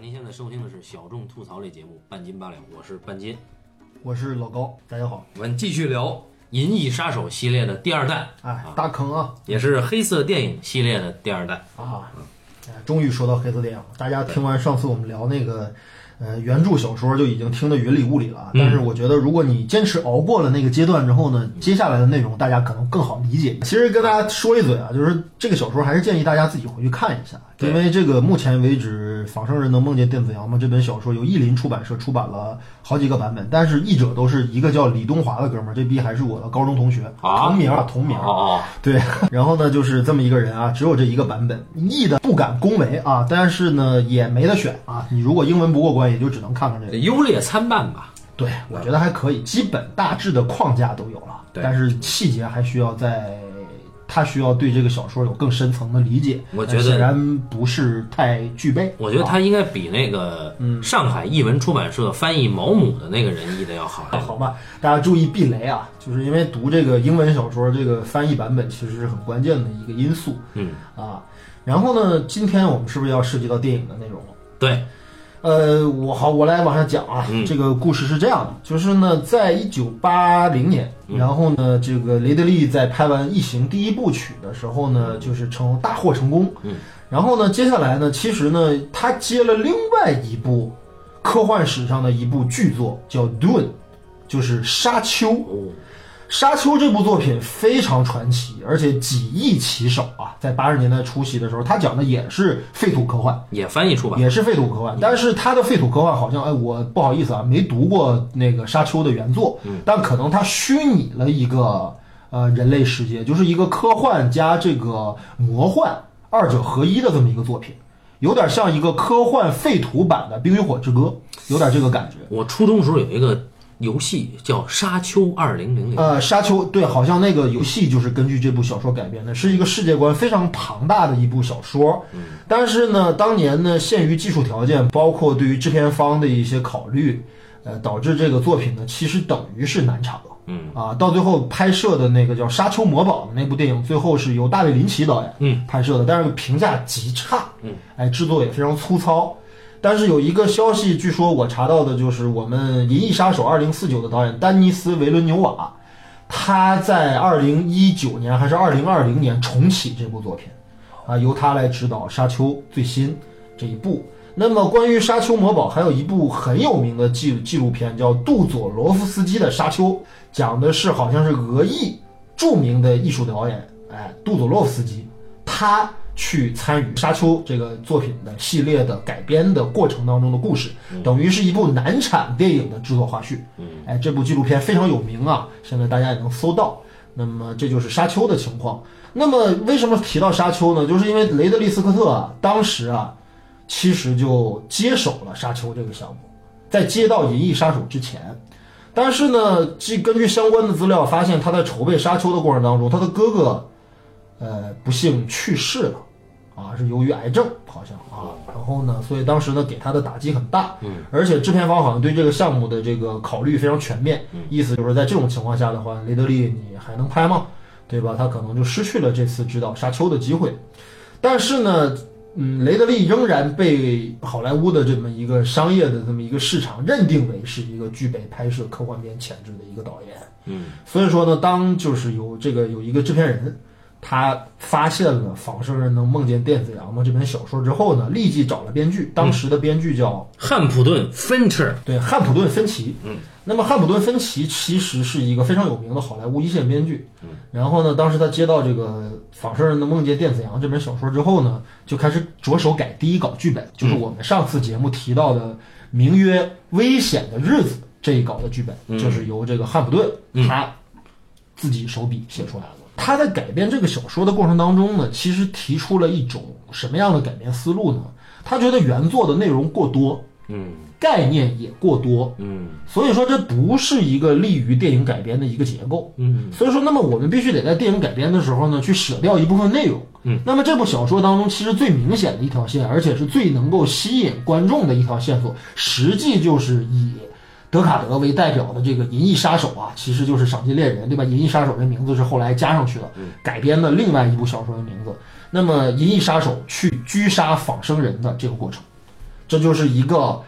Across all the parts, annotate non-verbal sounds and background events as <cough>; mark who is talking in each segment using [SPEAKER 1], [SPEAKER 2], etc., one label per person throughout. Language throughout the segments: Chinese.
[SPEAKER 1] 您现在收听的是小众吐槽类节目《半斤八两》，我是半斤。
[SPEAKER 2] 我是老高，大家好。
[SPEAKER 1] 我们继续聊《银翼杀手》系列的第二弹，
[SPEAKER 2] 哎
[SPEAKER 1] 啊，
[SPEAKER 2] 大坑啊
[SPEAKER 1] 也是黑色电影系列的第二弹。
[SPEAKER 2] 啊！哎，终于说到黑色电影了。大家听完上次我们聊那个，呃，原著小说就已经听得云里雾里
[SPEAKER 1] 嗯
[SPEAKER 2] 了。但是我觉得，如果你坚持熬过了那个阶段之后呢，接下来的内容大家可能更好理解。其实跟大家说一嘴啊，就是这个小说还是建议大家自己回去看一下，
[SPEAKER 1] 对
[SPEAKER 2] 因为这个目前为止，《仿生人能梦见电子羊吗》这本小说由译林出版社出版了好几个版本，但是译者都是一个叫李东华的哥们儿，这逼还是我的高中同学，
[SPEAKER 1] 啊
[SPEAKER 2] 同名啊，同名。
[SPEAKER 1] 哦
[SPEAKER 2] 对， <laughs> 然后呢，就是这么一个人啊，只有这一个版本，译的不敢恭维啊，但是呢也没得选啊。你如果英文不过关，也就只能看看
[SPEAKER 1] 哦，
[SPEAKER 2] 这个
[SPEAKER 1] 这。优劣参半吧。
[SPEAKER 2] 对，我觉得还可以，基本大致的框架都有了，
[SPEAKER 1] 对
[SPEAKER 2] 但是细节还需要在，他需要对这个小说有更深层的理解。
[SPEAKER 1] 我觉得
[SPEAKER 2] 呃显然不是太具备。
[SPEAKER 1] 我觉得他应该比那个
[SPEAKER 2] 嗯
[SPEAKER 1] 上海译文出版社翻译毛姆的那个人译的要好。
[SPEAKER 2] 啊好吧，大家注意避雷啊，就是因为读这个英文小说，这个翻译版本其实是很关键的一个因素
[SPEAKER 1] 嗯，
[SPEAKER 2] 啊。然后呢，今天我们是不是要涉及到电影的内容了？
[SPEAKER 1] 对，
[SPEAKER 2] 呃，我好，我来往下讲啊。
[SPEAKER 1] 嗯
[SPEAKER 2] 这个故事是这样的，就是呢，在一九八零年，
[SPEAKER 1] 嗯
[SPEAKER 2] 然后呢，这个雷德利在拍完《异形》第一部曲的时候呢，就是成大获成功。
[SPEAKER 1] 嗯，
[SPEAKER 2] 然后呢，接下来呢，其实呢，他接了另外一部科幻史上的一部巨作，叫《Dune》，就是《沙丘》。
[SPEAKER 1] 哦，
[SPEAKER 2] 《沙丘》这部作品非常传奇，而且几亿起手啊！在八十年代初期的时候，他讲的也是废土科幻。
[SPEAKER 1] 也翻译出版。
[SPEAKER 2] 也是废土科幻，但是它的废土科幻好像，哎，我不好意思啊，没读过那个《沙丘》的原作，但可能它虚拟了一个呃人类世界，就是一个科幻加这个魔幻二者合一的这么一个作品，有点像一个科幻废土版的《冰与火之歌》，有点这个感觉。
[SPEAKER 1] 我初中时候有一个游戏叫《沙丘二零零零》，
[SPEAKER 2] 呃，沙丘对，好像那个游戏就是根据这部小说改编的，是一个世界观非常庞大的一部小说。
[SPEAKER 1] 嗯
[SPEAKER 2] 但是呢，当年呢，限于技术条件，包括对于制片方的一些考虑，呃，导致这个作品呢，其实等于是难产了。
[SPEAKER 1] 嗯
[SPEAKER 2] 啊，到最后拍摄的那个叫《沙丘魔堡》的那部电影，最后是由大卫林奇导演
[SPEAKER 1] 嗯
[SPEAKER 2] 拍摄的，但是评价极差，
[SPEAKER 1] 嗯，
[SPEAKER 2] 哎，制作也非常粗糙。但是有一个消息，据说我查到的就是我们《银翼杀手2049》的导演丹尼斯·维伦纽瓦，他在2019年还是2020年重启这部作品，啊，由他来指导《沙丘》最新这一部。那么关于《沙丘魔堡》，还有一部很有名的纪纪录片叫杜佐罗夫斯基的《沙丘》，讲的是好像是俄裔著名的艺术导演，哎，杜佐洛夫斯基，他去参与《沙丘》这个作品的系列的改编的过程当中的故事，等于是一部难产电影的制作花絮。
[SPEAKER 1] 嗯，
[SPEAKER 2] 哎，这部纪录片非常有名啊，现在大家也能搜到。那么这就是《沙丘》的情况。那么为什么提到《沙丘》呢？就是因为雷德利·斯科特啊，当时啊，其实就接手了《沙丘》这个项目，在接到《银翼杀手》之前。但是呢，据根据相关的资料发现，他在筹备《沙丘》的过程当中，他的哥哥，呃，不幸去世了，啊，是由于癌症，好像啊。然后呢，所以当时呢，给他的打击很大。
[SPEAKER 1] 嗯。
[SPEAKER 2] 而且制片方好像对这个项目的这个考虑非常全面，
[SPEAKER 1] 嗯
[SPEAKER 2] 意思就是在这种情况下的话，雷德利你还能拍吗？对吧？他可能就失去了这次指导《沙丘》的机会。但是呢，嗯，雷德利仍然被好莱坞的这么一个商业的这么一个市场认定为是一个具备拍摄科幻片潜质的一个导演。
[SPEAKER 1] 嗯，
[SPEAKER 2] 所以说呢，当就是有这个有一个制片人，他发现了《仿生人能梦见电子羊吗》这本小说之后呢，立即找了编剧，当时的编剧叫、
[SPEAKER 1] 汉普顿 Fincher，
[SPEAKER 2] 对汉普顿·芬奇。
[SPEAKER 1] 嗯，
[SPEAKER 2] 那么汉普顿·芬奇其实是一个非常有名的好莱坞一线编剧。嗯，然后呢，当时他接到这个《仿生人的梦见电子羊》这本小说之后呢，就开始着手改第一稿剧本，就是
[SPEAKER 1] 嗯
[SPEAKER 2] 我们上次节目提到的名曰《危险的日子》这一稿的剧本，
[SPEAKER 1] 嗯
[SPEAKER 2] 就是由这个汉普顿、
[SPEAKER 1] 嗯
[SPEAKER 2] 他自己手笔写出来的。他在改编这个小说的过程当中呢，其实提出了一种什么样的改编思路呢？他觉得原作的内容过多，
[SPEAKER 1] 嗯
[SPEAKER 2] 概念也过多，
[SPEAKER 1] 嗯
[SPEAKER 2] 所以说这不是一个利于电影改编的一个结构。
[SPEAKER 1] 嗯
[SPEAKER 2] 所以说，那么我们必须得在电影改编的时候呢，去舍掉一部分内容。
[SPEAKER 1] 嗯，
[SPEAKER 2] 那么这部小说当中，其实最明显的一条线，而且是最能够吸引观众的一条线索，实际就是以德卡德为代表的这个《银翼杀手》啊，其实就是《赏金猎人》，对吧？《银翼杀手》这名字是后来加上去的，改编的另外一部小说的名字。那么，《银翼杀手》去狙杀仿生人的这个过程，这就是一个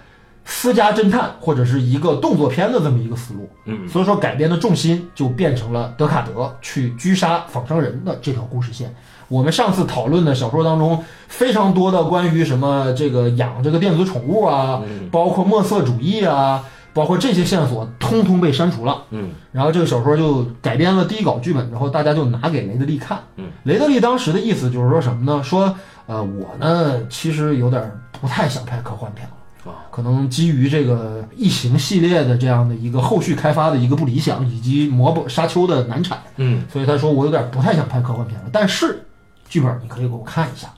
[SPEAKER 2] 私家侦探或者是一个动作片的这么一个思路。
[SPEAKER 1] 嗯，
[SPEAKER 2] 所以说改编的重心就变成了德卡德去狙杀仿生人的这条故事线。我们上次讨论的小说当中非常多的关于什么这个养这个电子宠物啊，包括墨色主义啊，包括这些线索，通通被删除了。
[SPEAKER 1] 嗯，
[SPEAKER 2] 然后这个小说就改编了第一稿剧本之后，大家就拿给雷德利看。
[SPEAKER 1] 嗯，
[SPEAKER 2] 雷德利当时的意思就是说什么呢？说呃，我呢其实有点不太想拍科幻片了。
[SPEAKER 1] 哦
[SPEAKER 2] 可能基于这个《异形》系列的这样的一个后续开发的一个不理想，以及《魔堡沙丘》的难产，
[SPEAKER 1] 嗯，
[SPEAKER 2] 所以他说我有点不太想拍科幻片了。但是剧本你可以给我看一下。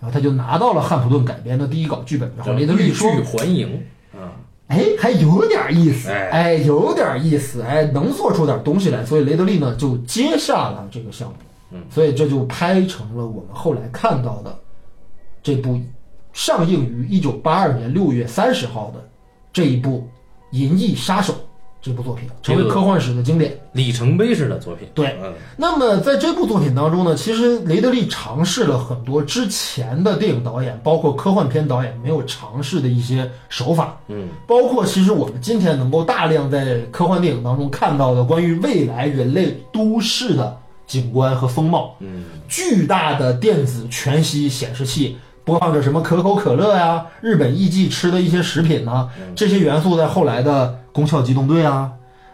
[SPEAKER 2] 然后他就拿到了汉普顿改编的第一稿剧本，然后雷德利
[SPEAKER 3] 欲
[SPEAKER 2] 说
[SPEAKER 3] 拒还迎，啊，
[SPEAKER 2] 哎，还有点意思，
[SPEAKER 1] 哎
[SPEAKER 2] 哎，有点意思，哎，能做出点东西来，所以雷德利呢就接下了这个项目，
[SPEAKER 1] 嗯，
[SPEAKER 2] 所以这就拍成了我们后来看到的这部上映于一九八二年六月三十号的这一部《银翼杀手》这部作品，成为
[SPEAKER 1] 这个
[SPEAKER 2] 科幻史的经典。
[SPEAKER 1] 里程碑式的作品。
[SPEAKER 2] 对
[SPEAKER 1] 嗯
[SPEAKER 2] 那么在这部作品当中呢，其实雷德利尝试了很多之前的电影导演，包括科幻片导演没有尝试的一些手法，
[SPEAKER 1] 嗯，
[SPEAKER 2] 包括其实我们今天能够大量在科幻电影当中看到的关于未来人类都市的景观和风貌，
[SPEAKER 1] 嗯，
[SPEAKER 2] 巨大的电子全息显示器播放着什么可口可乐呀、日本艺伎吃的一些食品呐、啊这些元素在后来的《攻壳机动队》啊，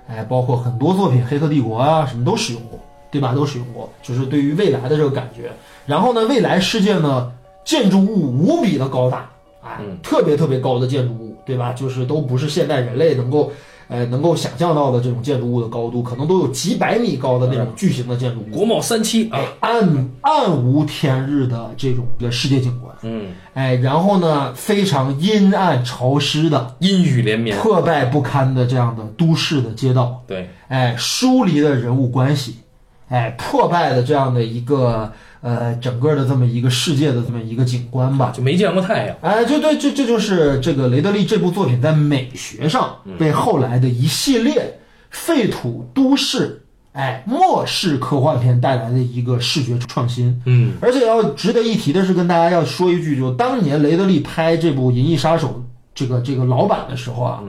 [SPEAKER 2] 哎，包括很多作品《黑客帝国》啊，什么都使用过，对吧？都使用过，就是对于未来的这个感觉。然后呢，未来世界呢，建筑物无比的高大，哎
[SPEAKER 1] 嗯，
[SPEAKER 2] 特别特别高的建筑物，对吧？就是都不是现代人类能够。呃，能够想象到的这种建筑物的高度，可能都有几百米高的那种巨型的建筑物。
[SPEAKER 1] 国贸三期啊，
[SPEAKER 2] 暗暗无天日的这种的世界景观，
[SPEAKER 1] 嗯，
[SPEAKER 2] 哎，然后呢，非常阴暗潮湿的、
[SPEAKER 1] 阴雨连绵。
[SPEAKER 2] 破败不堪的这样的都市的街道，
[SPEAKER 1] 对，
[SPEAKER 2] 哎，疏离的人物关系，哎，破败的这样的一个呃整个的这么一个世界的这么一个景观吧。
[SPEAKER 1] 就没见过太阳。
[SPEAKER 2] 哎，就对，这这就是这个雷德利这部作品在美学上被后来的一系列废土都市、哎末世科幻片带来的一个视觉创新。
[SPEAKER 1] 嗯
[SPEAKER 2] 而且要值得一提的是，跟大家要说一句，就当年雷德利拍这部《银翼杀手》这个这个老版的时候啊，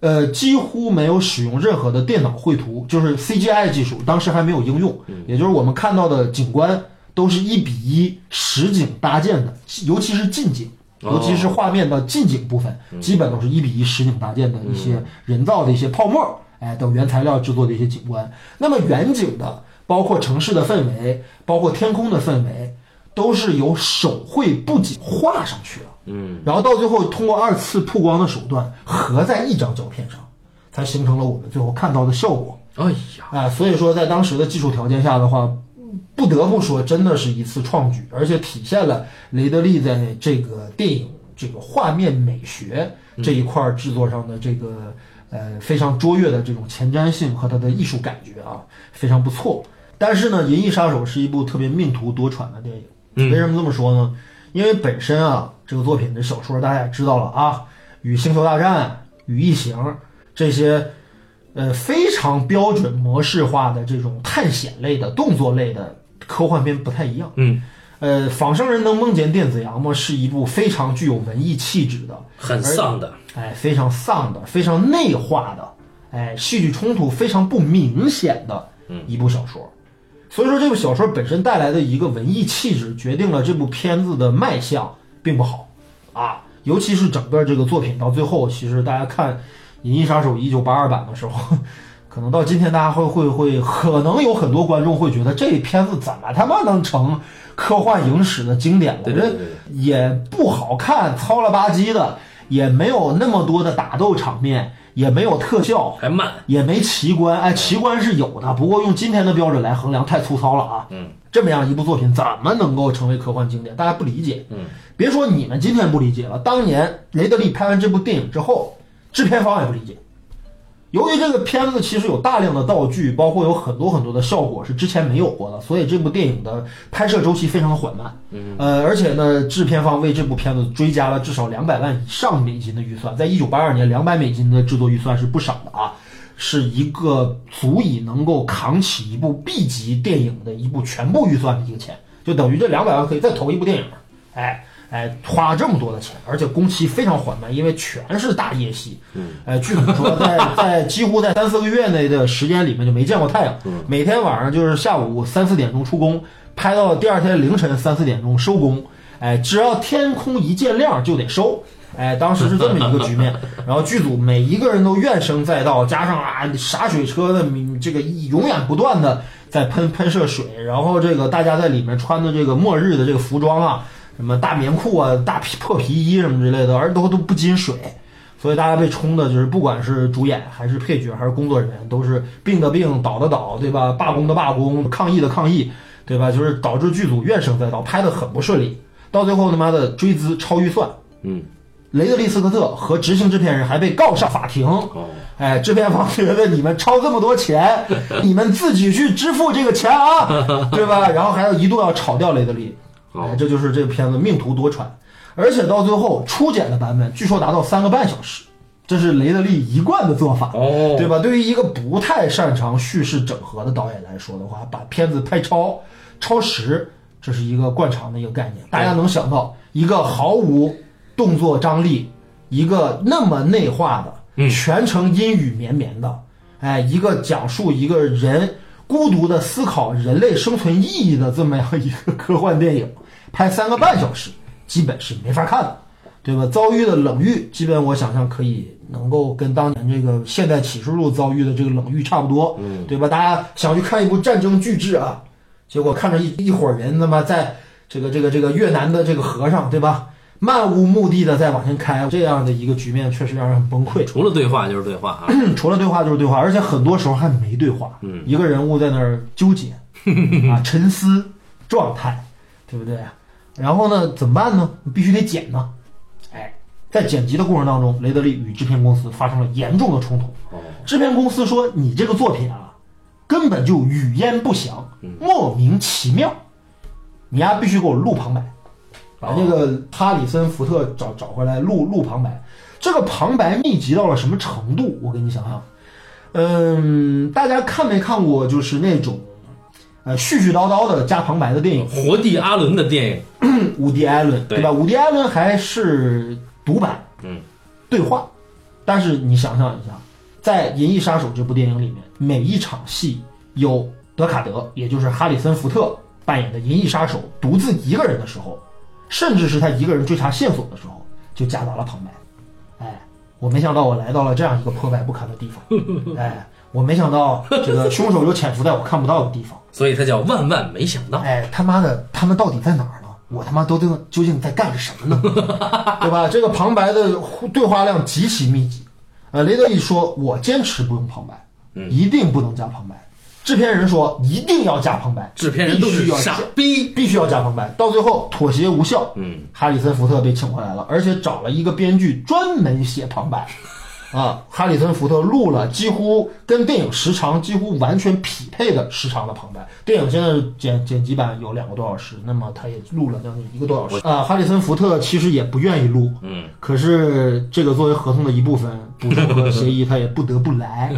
[SPEAKER 2] 呃，几乎没有使用任何的电脑绘图，就是 CGI 技术，当时还没有应用，也就是我们看到的景观都是一比一实景搭建的，尤其是近景。
[SPEAKER 1] 哦
[SPEAKER 2] 尤其是画面的近景部分，基本都是一比一实景搭建的一些人造的一些泡沫儿，哎等原材料制作的一些景观。那么远景的，包括城市的氛围，包括天空的氛围，都是由手绘布景画上去的。
[SPEAKER 1] 嗯，
[SPEAKER 2] 然后到最后通过二次曝光的手段合在一张胶片上，才形成了我们最后看到的效果。
[SPEAKER 1] 哎呀，
[SPEAKER 2] 啊，所以说在当时的技术条件下的话，不得不说真的是一次创举，而且体现了雷德利在这个电影这个画面美学这一块儿制作上的这个呃非常卓越的这种前瞻性和他的艺术感觉啊，非常不错。但是呢，《银翼杀手》是一部特别命途多舛的电影。
[SPEAKER 1] 嗯
[SPEAKER 2] 为什么这么说呢？因为本身啊，这个作品的小说大家也知道了啊，与《星球大战》与《异形》这些呃非常标准模式化的这种探险类的、动作类的科幻片不太一样。
[SPEAKER 1] 嗯，
[SPEAKER 2] 呃，《仿生人能梦见电子羊吗》是一部非常具有文艺气质的，
[SPEAKER 1] 很丧的。
[SPEAKER 2] 哎，非常丧的、非常内化的，哎，戏剧冲突非常不明显的
[SPEAKER 1] 嗯
[SPEAKER 2] 一部小说。所以说，这部小说本身带来的一个文艺气质，决定了这部片子的卖相并不好啊。尤其是整个这个作品到最后，其实大家看《银翼杀手》一九八二版的时候， <laughs> 可能到今天大家会会会，可能有很多观众会觉得这片子怎么他妈能成科幻影史的经典了？
[SPEAKER 1] 对对对对
[SPEAKER 2] 也不好看，糙了吧唧的，也没有那么多的打斗场面，也没有特效，
[SPEAKER 1] 还慢。
[SPEAKER 2] 也没奇观。哎，奇观是有的，不过用今天的标准来衡量太粗糙了啊。
[SPEAKER 1] 嗯，
[SPEAKER 2] 这么样一部作品怎么能够成为科幻经典？大家不理解。
[SPEAKER 1] 嗯，
[SPEAKER 2] 别说你们今天不理解了，当年雷德利拍完这部电影之后，制片方也不理解。由于这个片子其实有大量的道具，包括有很多很多的效果是之前没有过的，所以这部电影的拍摄周期非常的缓慢。嗯，呃，而且呢，制片方为这部片子追加了至少两百万以上美金的预算，在一九八二年，两百美金的制作预算是不少的啊，是一个足以能够扛起一部 B 级电影的一部全部预算的一个钱，就等于这两百万可以再投一部电影。哎，哎，花了这么多的钱，而且工期非常缓慢，因为全是大夜戏。
[SPEAKER 1] 嗯，
[SPEAKER 2] 哎，剧组说在在几乎在三四个月内的时间里面就没见过太阳，每天晚上就是下午三四点钟出工，拍到第二天凌晨三四点钟收工。哎，只要天空一见亮就得收。哎，当时是这么一个局面，然后剧组每一个人都怨声载道，加上啊洒水车的这个永远不断的在喷喷射水，然后这个大家在里面穿的这个末日的这个服装啊，什么大棉裤啊、大皮破皮衣什么之类的，而都都不进水，所以大家被冲的就是不管是主演还是配角还是工作人员，都是病的病，倒的倒，对吧？罢工的罢工，抗议的抗议，对吧？就是导致剧组怨声载道，拍的很不顺利，到最后他妈的追资超预算。
[SPEAKER 1] 嗯，
[SPEAKER 2] 雷德利·斯科特和执行制片人还被告上法庭。
[SPEAKER 1] 哦，
[SPEAKER 2] 哎，制片方觉得你们超这么多钱，你们自己去支付这个钱啊，对吧？然后还要一度要炒掉雷德利。哎，这就是这片子命途多舛，而且到最后初剪的版本据说达到三个半小时，这是雷德利一贯的做法。
[SPEAKER 1] 哦，
[SPEAKER 2] 对吧？对于一个不太擅长叙事整合的导演来说的话，把片子拍超、超时，这是一个惯常的一个概念。大家能想到一个毫无动作张力、一个那么内化的、
[SPEAKER 1] 嗯
[SPEAKER 2] 全程阴雨绵绵的，哎，一个讲述一个人孤独的思考人类生存意义的这么样一个科幻电影，拍三个半小时，基本是没法看的。对吧？遭遇的冷遇，基本我想象可以能够跟当年这个《现代启示录》遭遇的这个冷遇差不多，对吧？大家想去看一部战争巨制啊，结果看着一一伙人他妈在这个这个这个越南的这个河上，对吧？漫无目的的在往前开，这样的一个局面确实让人很崩溃。
[SPEAKER 1] 除了对话就是对话啊，
[SPEAKER 2] 除了对话就是对话，而且很多时候还没对话，
[SPEAKER 1] 嗯
[SPEAKER 2] 一个人物在那儿纠结啊，沉思状态，对不对？啊然后呢，怎么办呢？必须得剪呢。哎，在剪辑的过程当中，雷德利与制片公司发生了严重的冲突。
[SPEAKER 1] 哦，
[SPEAKER 2] 制片公司说：“你这个作品啊，根本就语焉不详，莫名其妙，你丫必须给我录旁白，把那个哈里森福特找找回来录录旁白。这个旁白密集到了什么程度？我给你想想，嗯，大家看没看过就是那种，呃，絮絮叨叨的加旁白的电影？
[SPEAKER 1] 活地阿伦的电影，
[SPEAKER 2] 伍迪·艾伦，
[SPEAKER 1] 对
[SPEAKER 2] 对吧？伍迪·艾伦还是独白，
[SPEAKER 1] 嗯，
[SPEAKER 2] 对话。但是你想象一下，在《银翼杀手》这部电影里面，每一场戏有德卡德，也就是哈里森·福特扮演的银翼杀手独自一个人的时候，甚至是他一个人追查线索的时候，就夹杂了旁白。哎，我没想到我来到了这样一个破败不堪的地方，哎，我没想到这个凶手就潜伏在我看不到的地方。
[SPEAKER 1] 所以它叫万万没想到。
[SPEAKER 2] 哎，他妈的，他们到底在哪儿呢？我他妈都都究竟在干什
[SPEAKER 1] <laughs>
[SPEAKER 2] 么呢？对吧？这个旁白的互对话量极其密集。呃，雷德利说：“我坚持不用旁白，
[SPEAKER 1] 嗯
[SPEAKER 2] 一定不能加旁白。”制片人说：“一定要加旁白。”
[SPEAKER 1] 制片人都
[SPEAKER 2] 必
[SPEAKER 1] 是
[SPEAKER 2] 须要加
[SPEAKER 1] 傻逼。
[SPEAKER 2] 必须要加旁白。到最后妥协无效，
[SPEAKER 1] 嗯，
[SPEAKER 2] 哈里森福特被请回来了，而且找了一个编剧专门写旁白。啊，哈里森福特录了几乎跟电影时长几乎完全匹配的时长的旁白。电影现在剪剪辑版有两个多小时，那么他也录了将近一个多小时。啊，哈里森福特其实也不愿意录，
[SPEAKER 1] 嗯，
[SPEAKER 2] 可是这个作为合同的一部分，补充和协议他也不得不来。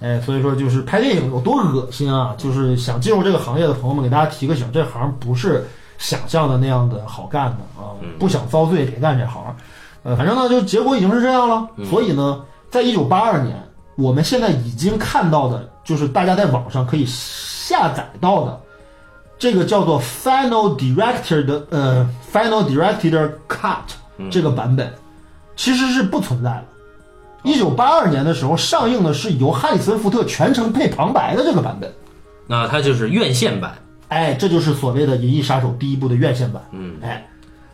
[SPEAKER 2] 哎，所以说就是拍电影有多恶心啊！就是想进入这个行业的朋友们，给大家提个醒，这行不是想象的那样的好干的啊！不想遭罪，别干这行。呃，反正呢，就结果已经是这样了。所以呢，在一九八二年，我们现在已经看到的，就是大家在网上可以下载到的。这个叫做 Final Director 的呃 Final Director Cut 这个版本，其实是不存在的。一九八二年的时候上映的是由哈里森福特全程配旁白的这个版本，
[SPEAKER 1] 那它就是院线版。
[SPEAKER 2] 哎，这就是所谓的《银翼杀手》第一部的院线版。
[SPEAKER 1] 嗯，
[SPEAKER 2] 哎，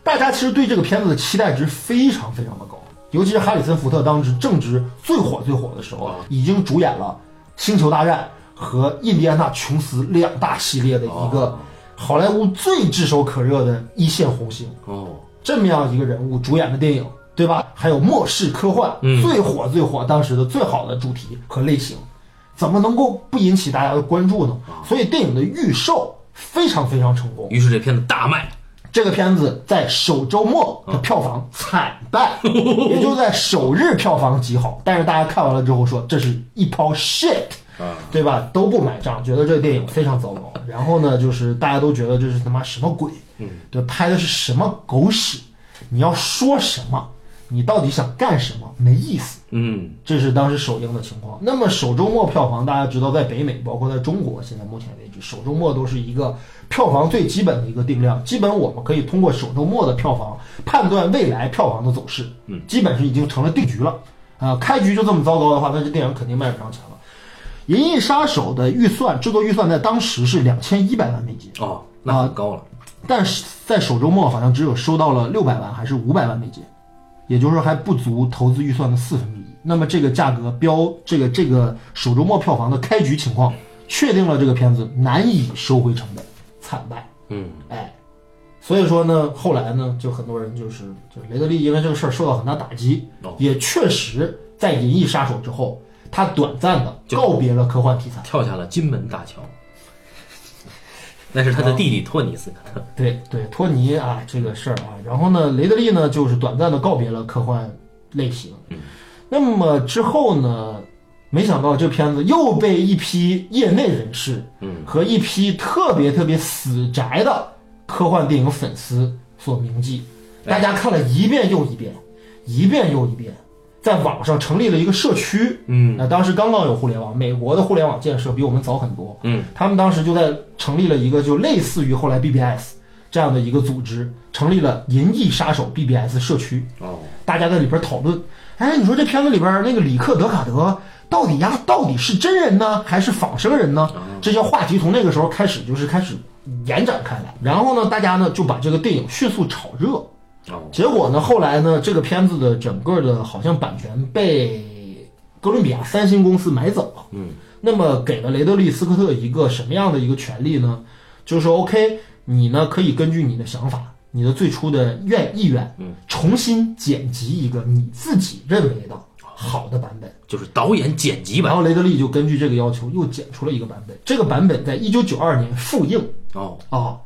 [SPEAKER 2] 大家其实对这个片子的期待值非常非常的高，尤其是哈里森福特当时正值最火最火的时候
[SPEAKER 1] 哦，
[SPEAKER 2] 已经主演了《星球大战》和《印第安纳琼斯》两大系列的一个
[SPEAKER 1] 哦
[SPEAKER 2] 好莱坞最炙手可热的一线红星。
[SPEAKER 1] 哦，
[SPEAKER 2] 这么样一个人物主演的电影，对吧？还有末世科幻，
[SPEAKER 1] 嗯
[SPEAKER 2] 最火最火当时的最好的主题和类型，怎么能够不引起大家的关注呢？所以电影的预售非常非常成功。
[SPEAKER 1] 于是这片子大卖。
[SPEAKER 2] 这个片子在首周末的票房惨败，也就在首日票房极好，但是大家看完了之后说这是一泡 shit，
[SPEAKER 1] 啊
[SPEAKER 2] 对吧？都不买账，觉得这个电影非常糟糕。然后呢，就是大家都觉得这是他妈什么鬼，对，拍的是什么狗屎。你要说什么，你到底想干什么，没意思。
[SPEAKER 1] 嗯，
[SPEAKER 2] 这是当时首映的情况。那么首周末票房，大家知道，在北美，包括在中国，现在目前为止，首周末都是一个票房最基本的一个定量。基本我们可以通过首周末的票房判断未来票房的走势，
[SPEAKER 1] 嗯，
[SPEAKER 2] 基本是已经成了定局了。啊、开局就这么糟糕的话，那这电影肯定卖不上钱了。《银翼杀手》的预算制作预算在当时是两千一百万美金，
[SPEAKER 1] 哦，那很高了。
[SPEAKER 2] 但是在首周末好像只有收到了六百万还是五百万美金，也就是说还不足投资预算的四分之一。那么这个价格标，这个这个首周末票房的开局情况，确定了这个片子难以收回成本，惨败。
[SPEAKER 1] 嗯
[SPEAKER 2] 哎，所以说呢，后来呢，就很多人就是就是雷德利因为这个事儿受到很大打击，
[SPEAKER 1] 哦
[SPEAKER 2] 也确实在《银翼杀手》之后，他短暂的
[SPEAKER 1] 就
[SPEAKER 2] 告别了科幻题材。
[SPEAKER 1] 跳下了金门大桥。那是他的弟弟托尼斯科特。
[SPEAKER 2] 对对，托尼啊这个事儿啊，然后呢，雷德利呢就是短暂的告别了科幻类型，
[SPEAKER 1] 嗯
[SPEAKER 2] 那么之后呢，没想到这片子又被一批业内人士
[SPEAKER 1] 嗯
[SPEAKER 2] 和一批特别特别死宅的科幻电影粉丝所铭记，大
[SPEAKER 1] 哎
[SPEAKER 2] 家看了一遍又一遍，一遍又一遍，在网上成立了一个社区，
[SPEAKER 1] 嗯
[SPEAKER 2] 那当时刚刚有互联网，美国的互联网建设比我们早很多。
[SPEAKER 1] 嗯，
[SPEAKER 2] 他们当时就在成立了一个就类似于后来 BBS 这样的一个组织，成立了“银翼杀手 BBS 社区”，
[SPEAKER 1] 哦，
[SPEAKER 2] 大家在里边讨论。哎，你说这片子里边那个里克·德卡德到底呀，到底是真人呢，还是仿生人呢？这些话题从那个时候开始就是开始延展开来。然后呢，大家呢就把这个电影迅速炒热。
[SPEAKER 1] 哦，
[SPEAKER 2] 结果呢，后来呢，这个片子的整个的好像版权被哥伦比亚三星公司买走了。
[SPEAKER 1] 嗯，
[SPEAKER 2] 那么给了雷德利·斯科特一个什么样的一个权利呢？就是说 OK，你呢可以根据你的想法、你的最初的愿意愿，
[SPEAKER 1] 嗯，
[SPEAKER 2] 重新剪辑一个你自己认为的好的版本。
[SPEAKER 1] 就是导演剪辑
[SPEAKER 2] 然
[SPEAKER 1] 版。
[SPEAKER 2] 后雷德利就根据这个要求又剪出了一个版本，这个版本在一九九二年复映。
[SPEAKER 1] 哦，
[SPEAKER 2] 啊，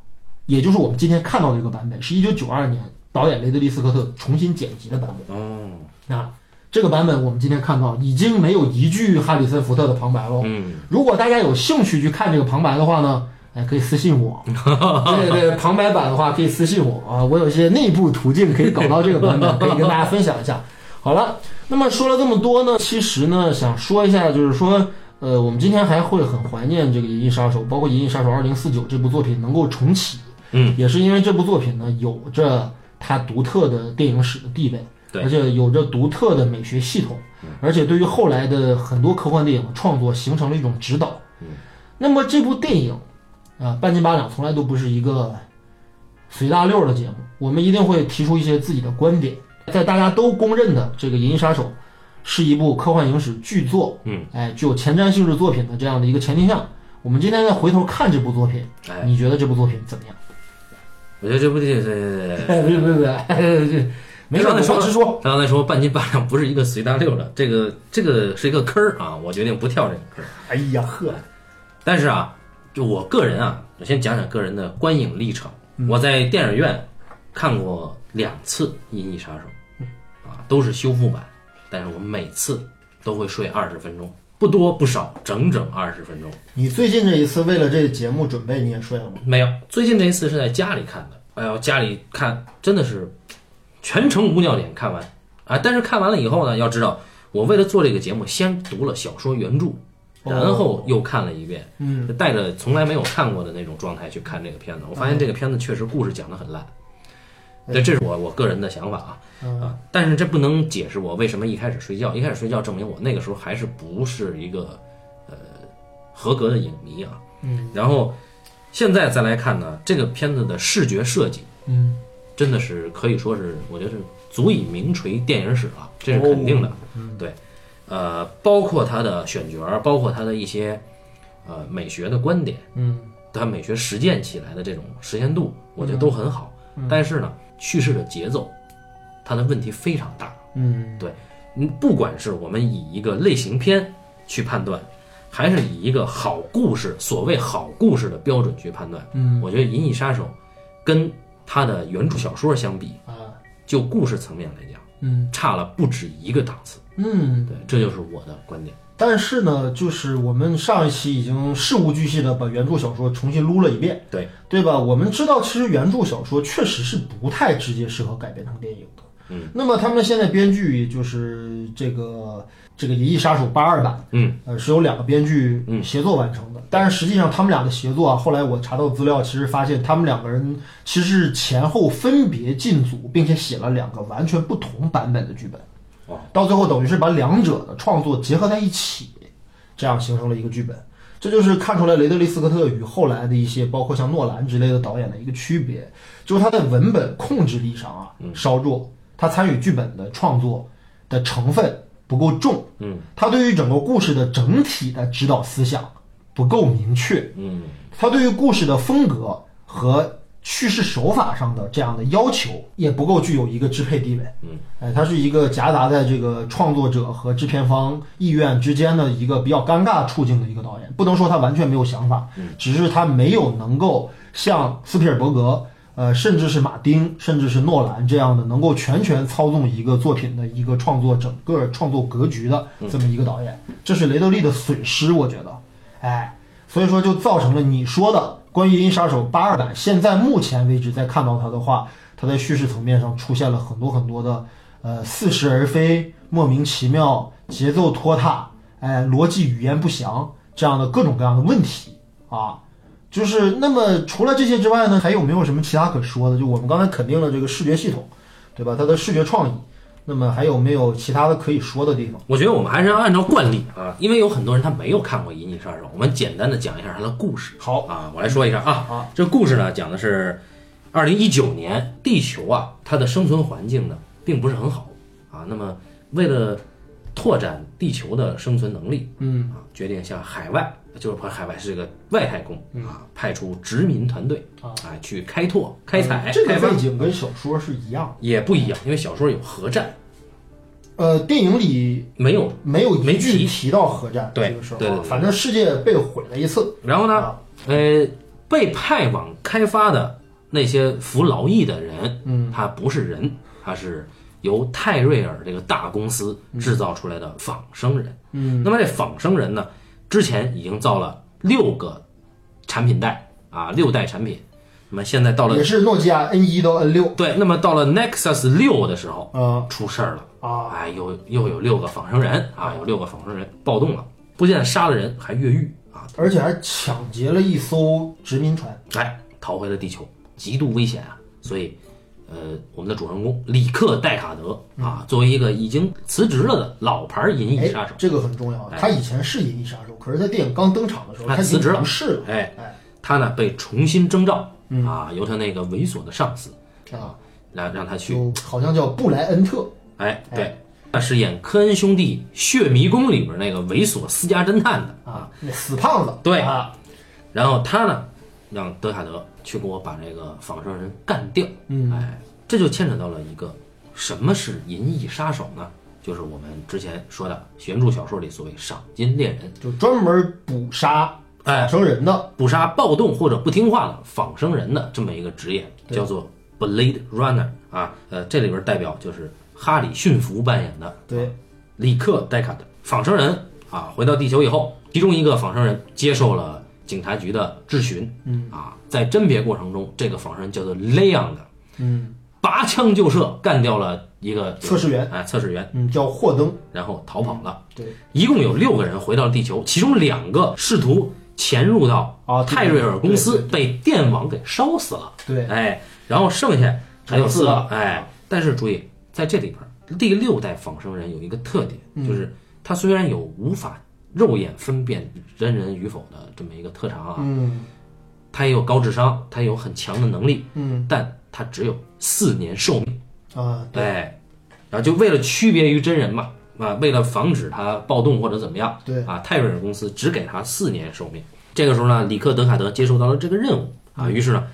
[SPEAKER 2] 也就是我们今天看到的这个版本，是一九九二年导演雷德利·斯科特重新剪辑的版
[SPEAKER 1] 哦，
[SPEAKER 2] 本啊。这个版本我们今天看到已经没有一句哈里森·福特的旁白喽。
[SPEAKER 1] 嗯，
[SPEAKER 2] 如果大家有兴趣去看这个旁白的话呢，哎，可以私
[SPEAKER 1] <laughs>
[SPEAKER 2] 信我。对对，旁白版的话可以私信我啊，我有一些内部途径可以搞到这个版本，可以跟大家分享一下。好了，那么说了这么多呢，其实呢，想说一下，就是说，呃，我们今天还会很怀念这个《银翼杀手》，包括《银翼杀手二零四九》这部作品能够重启，
[SPEAKER 1] 嗯，
[SPEAKER 2] 也是因为这部作品呢有着它独特的电影史的地位，
[SPEAKER 1] 对嗯
[SPEAKER 2] 而且有着独特的美学系统，而且对于后来的很多科幻电影的创作形成了一种指导。
[SPEAKER 1] 嗯，
[SPEAKER 2] 那么这部电影啊，半斤八两从来都不是一个随大溜儿的节目，我们一定会提出一些自己的观点。在大家都公认的这个《银翼杀手》是一部科幻影史巨作，
[SPEAKER 1] 嗯，
[SPEAKER 2] 哎，具有前瞻性质作品的这样的一个前提下，我们今天再回头看这部作品，
[SPEAKER 1] 哎，
[SPEAKER 2] 你觉得这部作品怎么样？
[SPEAKER 1] 我觉得这部电影，
[SPEAKER 2] 哎，别别别，这没事，
[SPEAKER 1] 刚才说
[SPEAKER 2] 我直说。
[SPEAKER 1] 刚才说半斤八两不是一个随大溜的，这个这个是一个坑儿啊，我决定不跳这个坑儿。
[SPEAKER 2] 哎呀呵，
[SPEAKER 1] 但是啊，就我个人啊，我先讲讲个人的观影历程。我在电影院看过两次《银翼杀手》，啊，都是修复版，但是我每次都会睡二十分钟，不多不少，整整二十分钟。
[SPEAKER 2] 你最近这一次为了这个节目准备，你也睡了吗？
[SPEAKER 1] 没有，最近这一次是在家里看的。哎呦，家里看真的是全程无尿点看完啊！但是看完了以后呢，要知道我为了做这个节目，先读了小说原著，然后又看了一遍，
[SPEAKER 2] 嗯，
[SPEAKER 1] 带着从来没有看过的那种状态去看这个片子。我发现这个片子确实故事讲得很烂，对，这是我我个人的想法啊啊！但是这不能解释我为什么一开始睡觉，一开始睡觉证明我那个时候还是不是一个呃合格的影迷啊。
[SPEAKER 2] 嗯
[SPEAKER 1] 然后现在再来看呢，这个片子的视觉设计
[SPEAKER 2] 嗯，
[SPEAKER 1] 真的是可以说是，我觉得是足以名垂电影史了，这是肯定的。
[SPEAKER 2] 哦嗯
[SPEAKER 1] 对，呃，包括他的选角儿，包括他的一些呃美学的观点，
[SPEAKER 2] 嗯，
[SPEAKER 1] 他美学实践起来的这种实现度，我觉得都很好。
[SPEAKER 2] 嗯
[SPEAKER 1] 但是呢，叙事的节奏，它的问题非常大。
[SPEAKER 2] 嗯
[SPEAKER 1] 嗯，不管是我们以一个类型片去判断，还是以一个好故事，所谓好故事的标准去判断，
[SPEAKER 2] 嗯
[SPEAKER 1] 我觉得《银翼杀手》跟它的原著小说相比，
[SPEAKER 2] 啊
[SPEAKER 1] 就故事层面来讲，
[SPEAKER 2] 嗯
[SPEAKER 1] 差了不止一个档次。
[SPEAKER 2] 嗯
[SPEAKER 1] 对，这就是我的观点。
[SPEAKER 2] 但是呢，就是我们上一期已经事无巨细的把原著小说重新撸了一遍，
[SPEAKER 1] 对
[SPEAKER 2] 对吧？我们知道，其实原著小说确实是不太直接适合改编成电影的。
[SPEAKER 1] 嗯，
[SPEAKER 2] 那么他们现在编剧就是这个这个《银翼杀手》八二版，
[SPEAKER 1] 嗯，
[SPEAKER 2] 呃，是由两个编剧协作完成的。但是实际上，他们俩的协作啊，后来我查到资料，其实发现他们两个人其实是前后分别进组，并且写了两个完全不同版本的剧本。
[SPEAKER 1] 哦，
[SPEAKER 2] 到最后等于是把两者的创作结合在一起，这样形成了一个剧本。这就是看出来雷德利·斯科特与后来的一些，包括像诺兰之类的导演的一个区别，就是他在文本控制力上啊稍弱，他参与剧本的创作的成分不够重，
[SPEAKER 1] 嗯，
[SPEAKER 2] 他对于整个故事的整体的指导思想不够明确，
[SPEAKER 1] 嗯
[SPEAKER 2] 他对于故事的风格和叙事手法上的这样的要求也不够具有一个支配地位。
[SPEAKER 1] 嗯，
[SPEAKER 2] 哎，它是一个夹杂在这个创作者和制片方意愿之间的一个比较尴尬处境的一个导演。不能说他完全没有想法，只是他没有能够像斯皮尔伯格。呃，甚至是马丁，甚至是诺兰这样的能够全权操纵一个作品的一个创作整个创作格局的这么一个导演，这是雷德利的损失，我觉得，哎，所以说就造成了你说的关于《银翼杀手》八二版，现在目前为止再看到它的话，它在叙事层面上出现了很多很多的呃似是而非、莫名其妙、节奏拖沓、哎逻辑语言不详这样的各种各样的问题啊。就是那么除了这些之外呢，还有没有什么其他可说的？就我们刚才肯定了这个视觉系统，对吧？它的视觉创意，那么还有没有其他的可以说的地方？
[SPEAKER 1] 我觉得我们还是要按照惯例啊，因为有很多人他没有看过《银翼杀手》，我们简单的讲一下它的故事。
[SPEAKER 2] 好，
[SPEAKER 1] 啊，我来说一下啊，
[SPEAKER 2] 好
[SPEAKER 1] 这故事呢讲的是二零一九年地球啊它的生存环境呢并不是很好啊，那么为了拓展地球的生存能力
[SPEAKER 2] 嗯
[SPEAKER 1] 啊，决定向海外，就是和海外是这个外太空啊，派出殖民团队
[SPEAKER 2] 嗯啊嗯
[SPEAKER 1] 啊去开拓、开采、
[SPEAKER 2] 这
[SPEAKER 1] 开
[SPEAKER 2] 个
[SPEAKER 1] 发
[SPEAKER 2] 背景跟小说是一样的。
[SPEAKER 1] 也不一样，因为小说有核战，
[SPEAKER 2] 呃，电影里
[SPEAKER 1] 没有。
[SPEAKER 2] 没有
[SPEAKER 1] 没
[SPEAKER 2] 一句
[SPEAKER 1] 提
[SPEAKER 2] 提到核战
[SPEAKER 1] 对
[SPEAKER 2] 这个事儿啊，
[SPEAKER 1] 对对对
[SPEAKER 2] 反正世界被毁了一次。
[SPEAKER 1] 然后呢，
[SPEAKER 2] 啊，
[SPEAKER 1] 呃，被派往开发的那些服劳役的人，
[SPEAKER 2] 嗯，
[SPEAKER 1] 他不是人，他是由泰瑞尔这个大公司制造出来的仿生人。
[SPEAKER 2] 嗯，
[SPEAKER 1] 那么这仿生人呢，之前已经造了六个产品带啊，六代产品。那么现在到了
[SPEAKER 2] 也是诺基亚 N 一到 N 六
[SPEAKER 1] 对，那么到了 Nexus 六的时候，
[SPEAKER 2] 啊
[SPEAKER 1] 出事儿了。
[SPEAKER 2] 啊，
[SPEAKER 1] 哎，又又有六个仿生人啊，有六个仿生人暴动了，不仅杀了人，还越狱啊，
[SPEAKER 2] 而且还抢劫了一艘殖民船。
[SPEAKER 1] 哎，逃回了地球，极度危险啊！所以，呃，我们的主人公里克·戴卡德
[SPEAKER 2] 嗯
[SPEAKER 1] 啊，作为一个已经辞职了的老牌银翼
[SPEAKER 2] 哎
[SPEAKER 1] 杀手，，
[SPEAKER 2] 这个很重要啊。他以前是银翼杀手，可是，在电影刚登场的时候，
[SPEAKER 1] 哎
[SPEAKER 2] 他已经
[SPEAKER 1] 辞职了
[SPEAKER 2] 不是了。
[SPEAKER 1] 哎，
[SPEAKER 2] 哎嗯
[SPEAKER 1] 他呢被重新征召啊，由他那个猥琐的上司
[SPEAKER 2] 啊，
[SPEAKER 1] 来让他去，
[SPEAKER 2] 就好像叫布莱恩特。
[SPEAKER 1] 哎，对，那饰演科恩兄弟《血迷宫》里边那个猥琐私家侦探的
[SPEAKER 2] 啊，那死胖子，
[SPEAKER 1] 对
[SPEAKER 2] 啊，
[SPEAKER 1] 然后他呢，让德卡德去给我把这个仿生人干掉。
[SPEAKER 2] 嗯
[SPEAKER 1] 哎，这就牵扯到了一个什么是银翼杀手呢？就是我们之前说的原著小说里所谓赏金猎人，
[SPEAKER 2] 就专门捕杀
[SPEAKER 1] 哎，
[SPEAKER 2] 生人的，
[SPEAKER 1] 捕杀暴动或者不听话的仿生人的这么一个职业，叫做 Blade Runner 啊。呃，这里边代表就是哈里逊福扮演的
[SPEAKER 2] 对，
[SPEAKER 1] 里克·戴卡的仿生人啊，回到地球以后，其中一个仿生人接受了警察局的质询，嗯啊，在甄别过程中，这个仿生人叫做雷昂的，
[SPEAKER 2] 嗯
[SPEAKER 1] 拔枪就射，干掉了一个
[SPEAKER 2] 测试员，
[SPEAKER 1] 哎测试员，
[SPEAKER 2] 嗯，叫霍登，
[SPEAKER 1] 然后逃跑了。
[SPEAKER 2] 对，
[SPEAKER 1] 一共有六个人回到了地球，其中两个试图潜入到
[SPEAKER 2] 啊
[SPEAKER 1] 泰瑞尔公司
[SPEAKER 2] 对，
[SPEAKER 1] 被电网给烧死了。
[SPEAKER 2] 对，
[SPEAKER 1] 哎，然后剩下还有四
[SPEAKER 2] 还有
[SPEAKER 1] 个
[SPEAKER 2] 四，个
[SPEAKER 1] 哎，但是注意，在这里边儿，第六代仿生人有一个特点，就是他虽然有无法肉眼分辨真人与否的这么一个特长啊，
[SPEAKER 2] 嗯
[SPEAKER 1] 他也有高智商，他也有很强的能力，
[SPEAKER 2] 嗯
[SPEAKER 1] 但他只有四年寿命，
[SPEAKER 2] 啊，对
[SPEAKER 1] 哎，然后就为了区别于真人嘛，啊，为了防止他暴动或者怎么样，
[SPEAKER 2] 对
[SPEAKER 1] 啊，泰瑞尔公司只给他四年寿命。这个时候呢，里克·德卡德接受到了这个任务啊，
[SPEAKER 2] 嗯
[SPEAKER 1] 于是呢，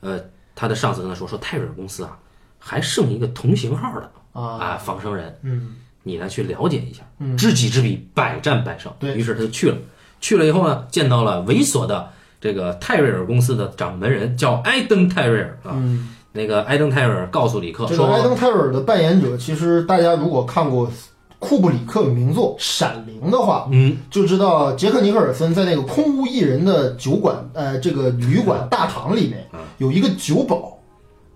[SPEAKER 1] 呃，他的上司跟他说说，泰瑞尔公司啊，还剩一个同型号的
[SPEAKER 2] 啊，
[SPEAKER 1] 啊仿生人，
[SPEAKER 2] 嗯
[SPEAKER 1] 你呢去了解一下，知己知彼，百战百胜。
[SPEAKER 2] 对
[SPEAKER 1] 于是他就去了，去了以后呢，见到了猥琐的这个泰瑞尔公司的掌门人，叫埃登·泰瑞尔啊。
[SPEAKER 2] 嗯。
[SPEAKER 1] 那个埃登·泰瑞尔告诉里克
[SPEAKER 2] 这个
[SPEAKER 1] 说，
[SPEAKER 2] 艾登·泰瑞尔的扮演者，其实大家如果看过库布里克名作《闪灵》的话，
[SPEAKER 1] 嗯，
[SPEAKER 2] 就知道杰克尼克尔森在那个空无一人的酒馆，呃，这个旅馆大堂里面
[SPEAKER 1] 嗯
[SPEAKER 2] 有一个酒保，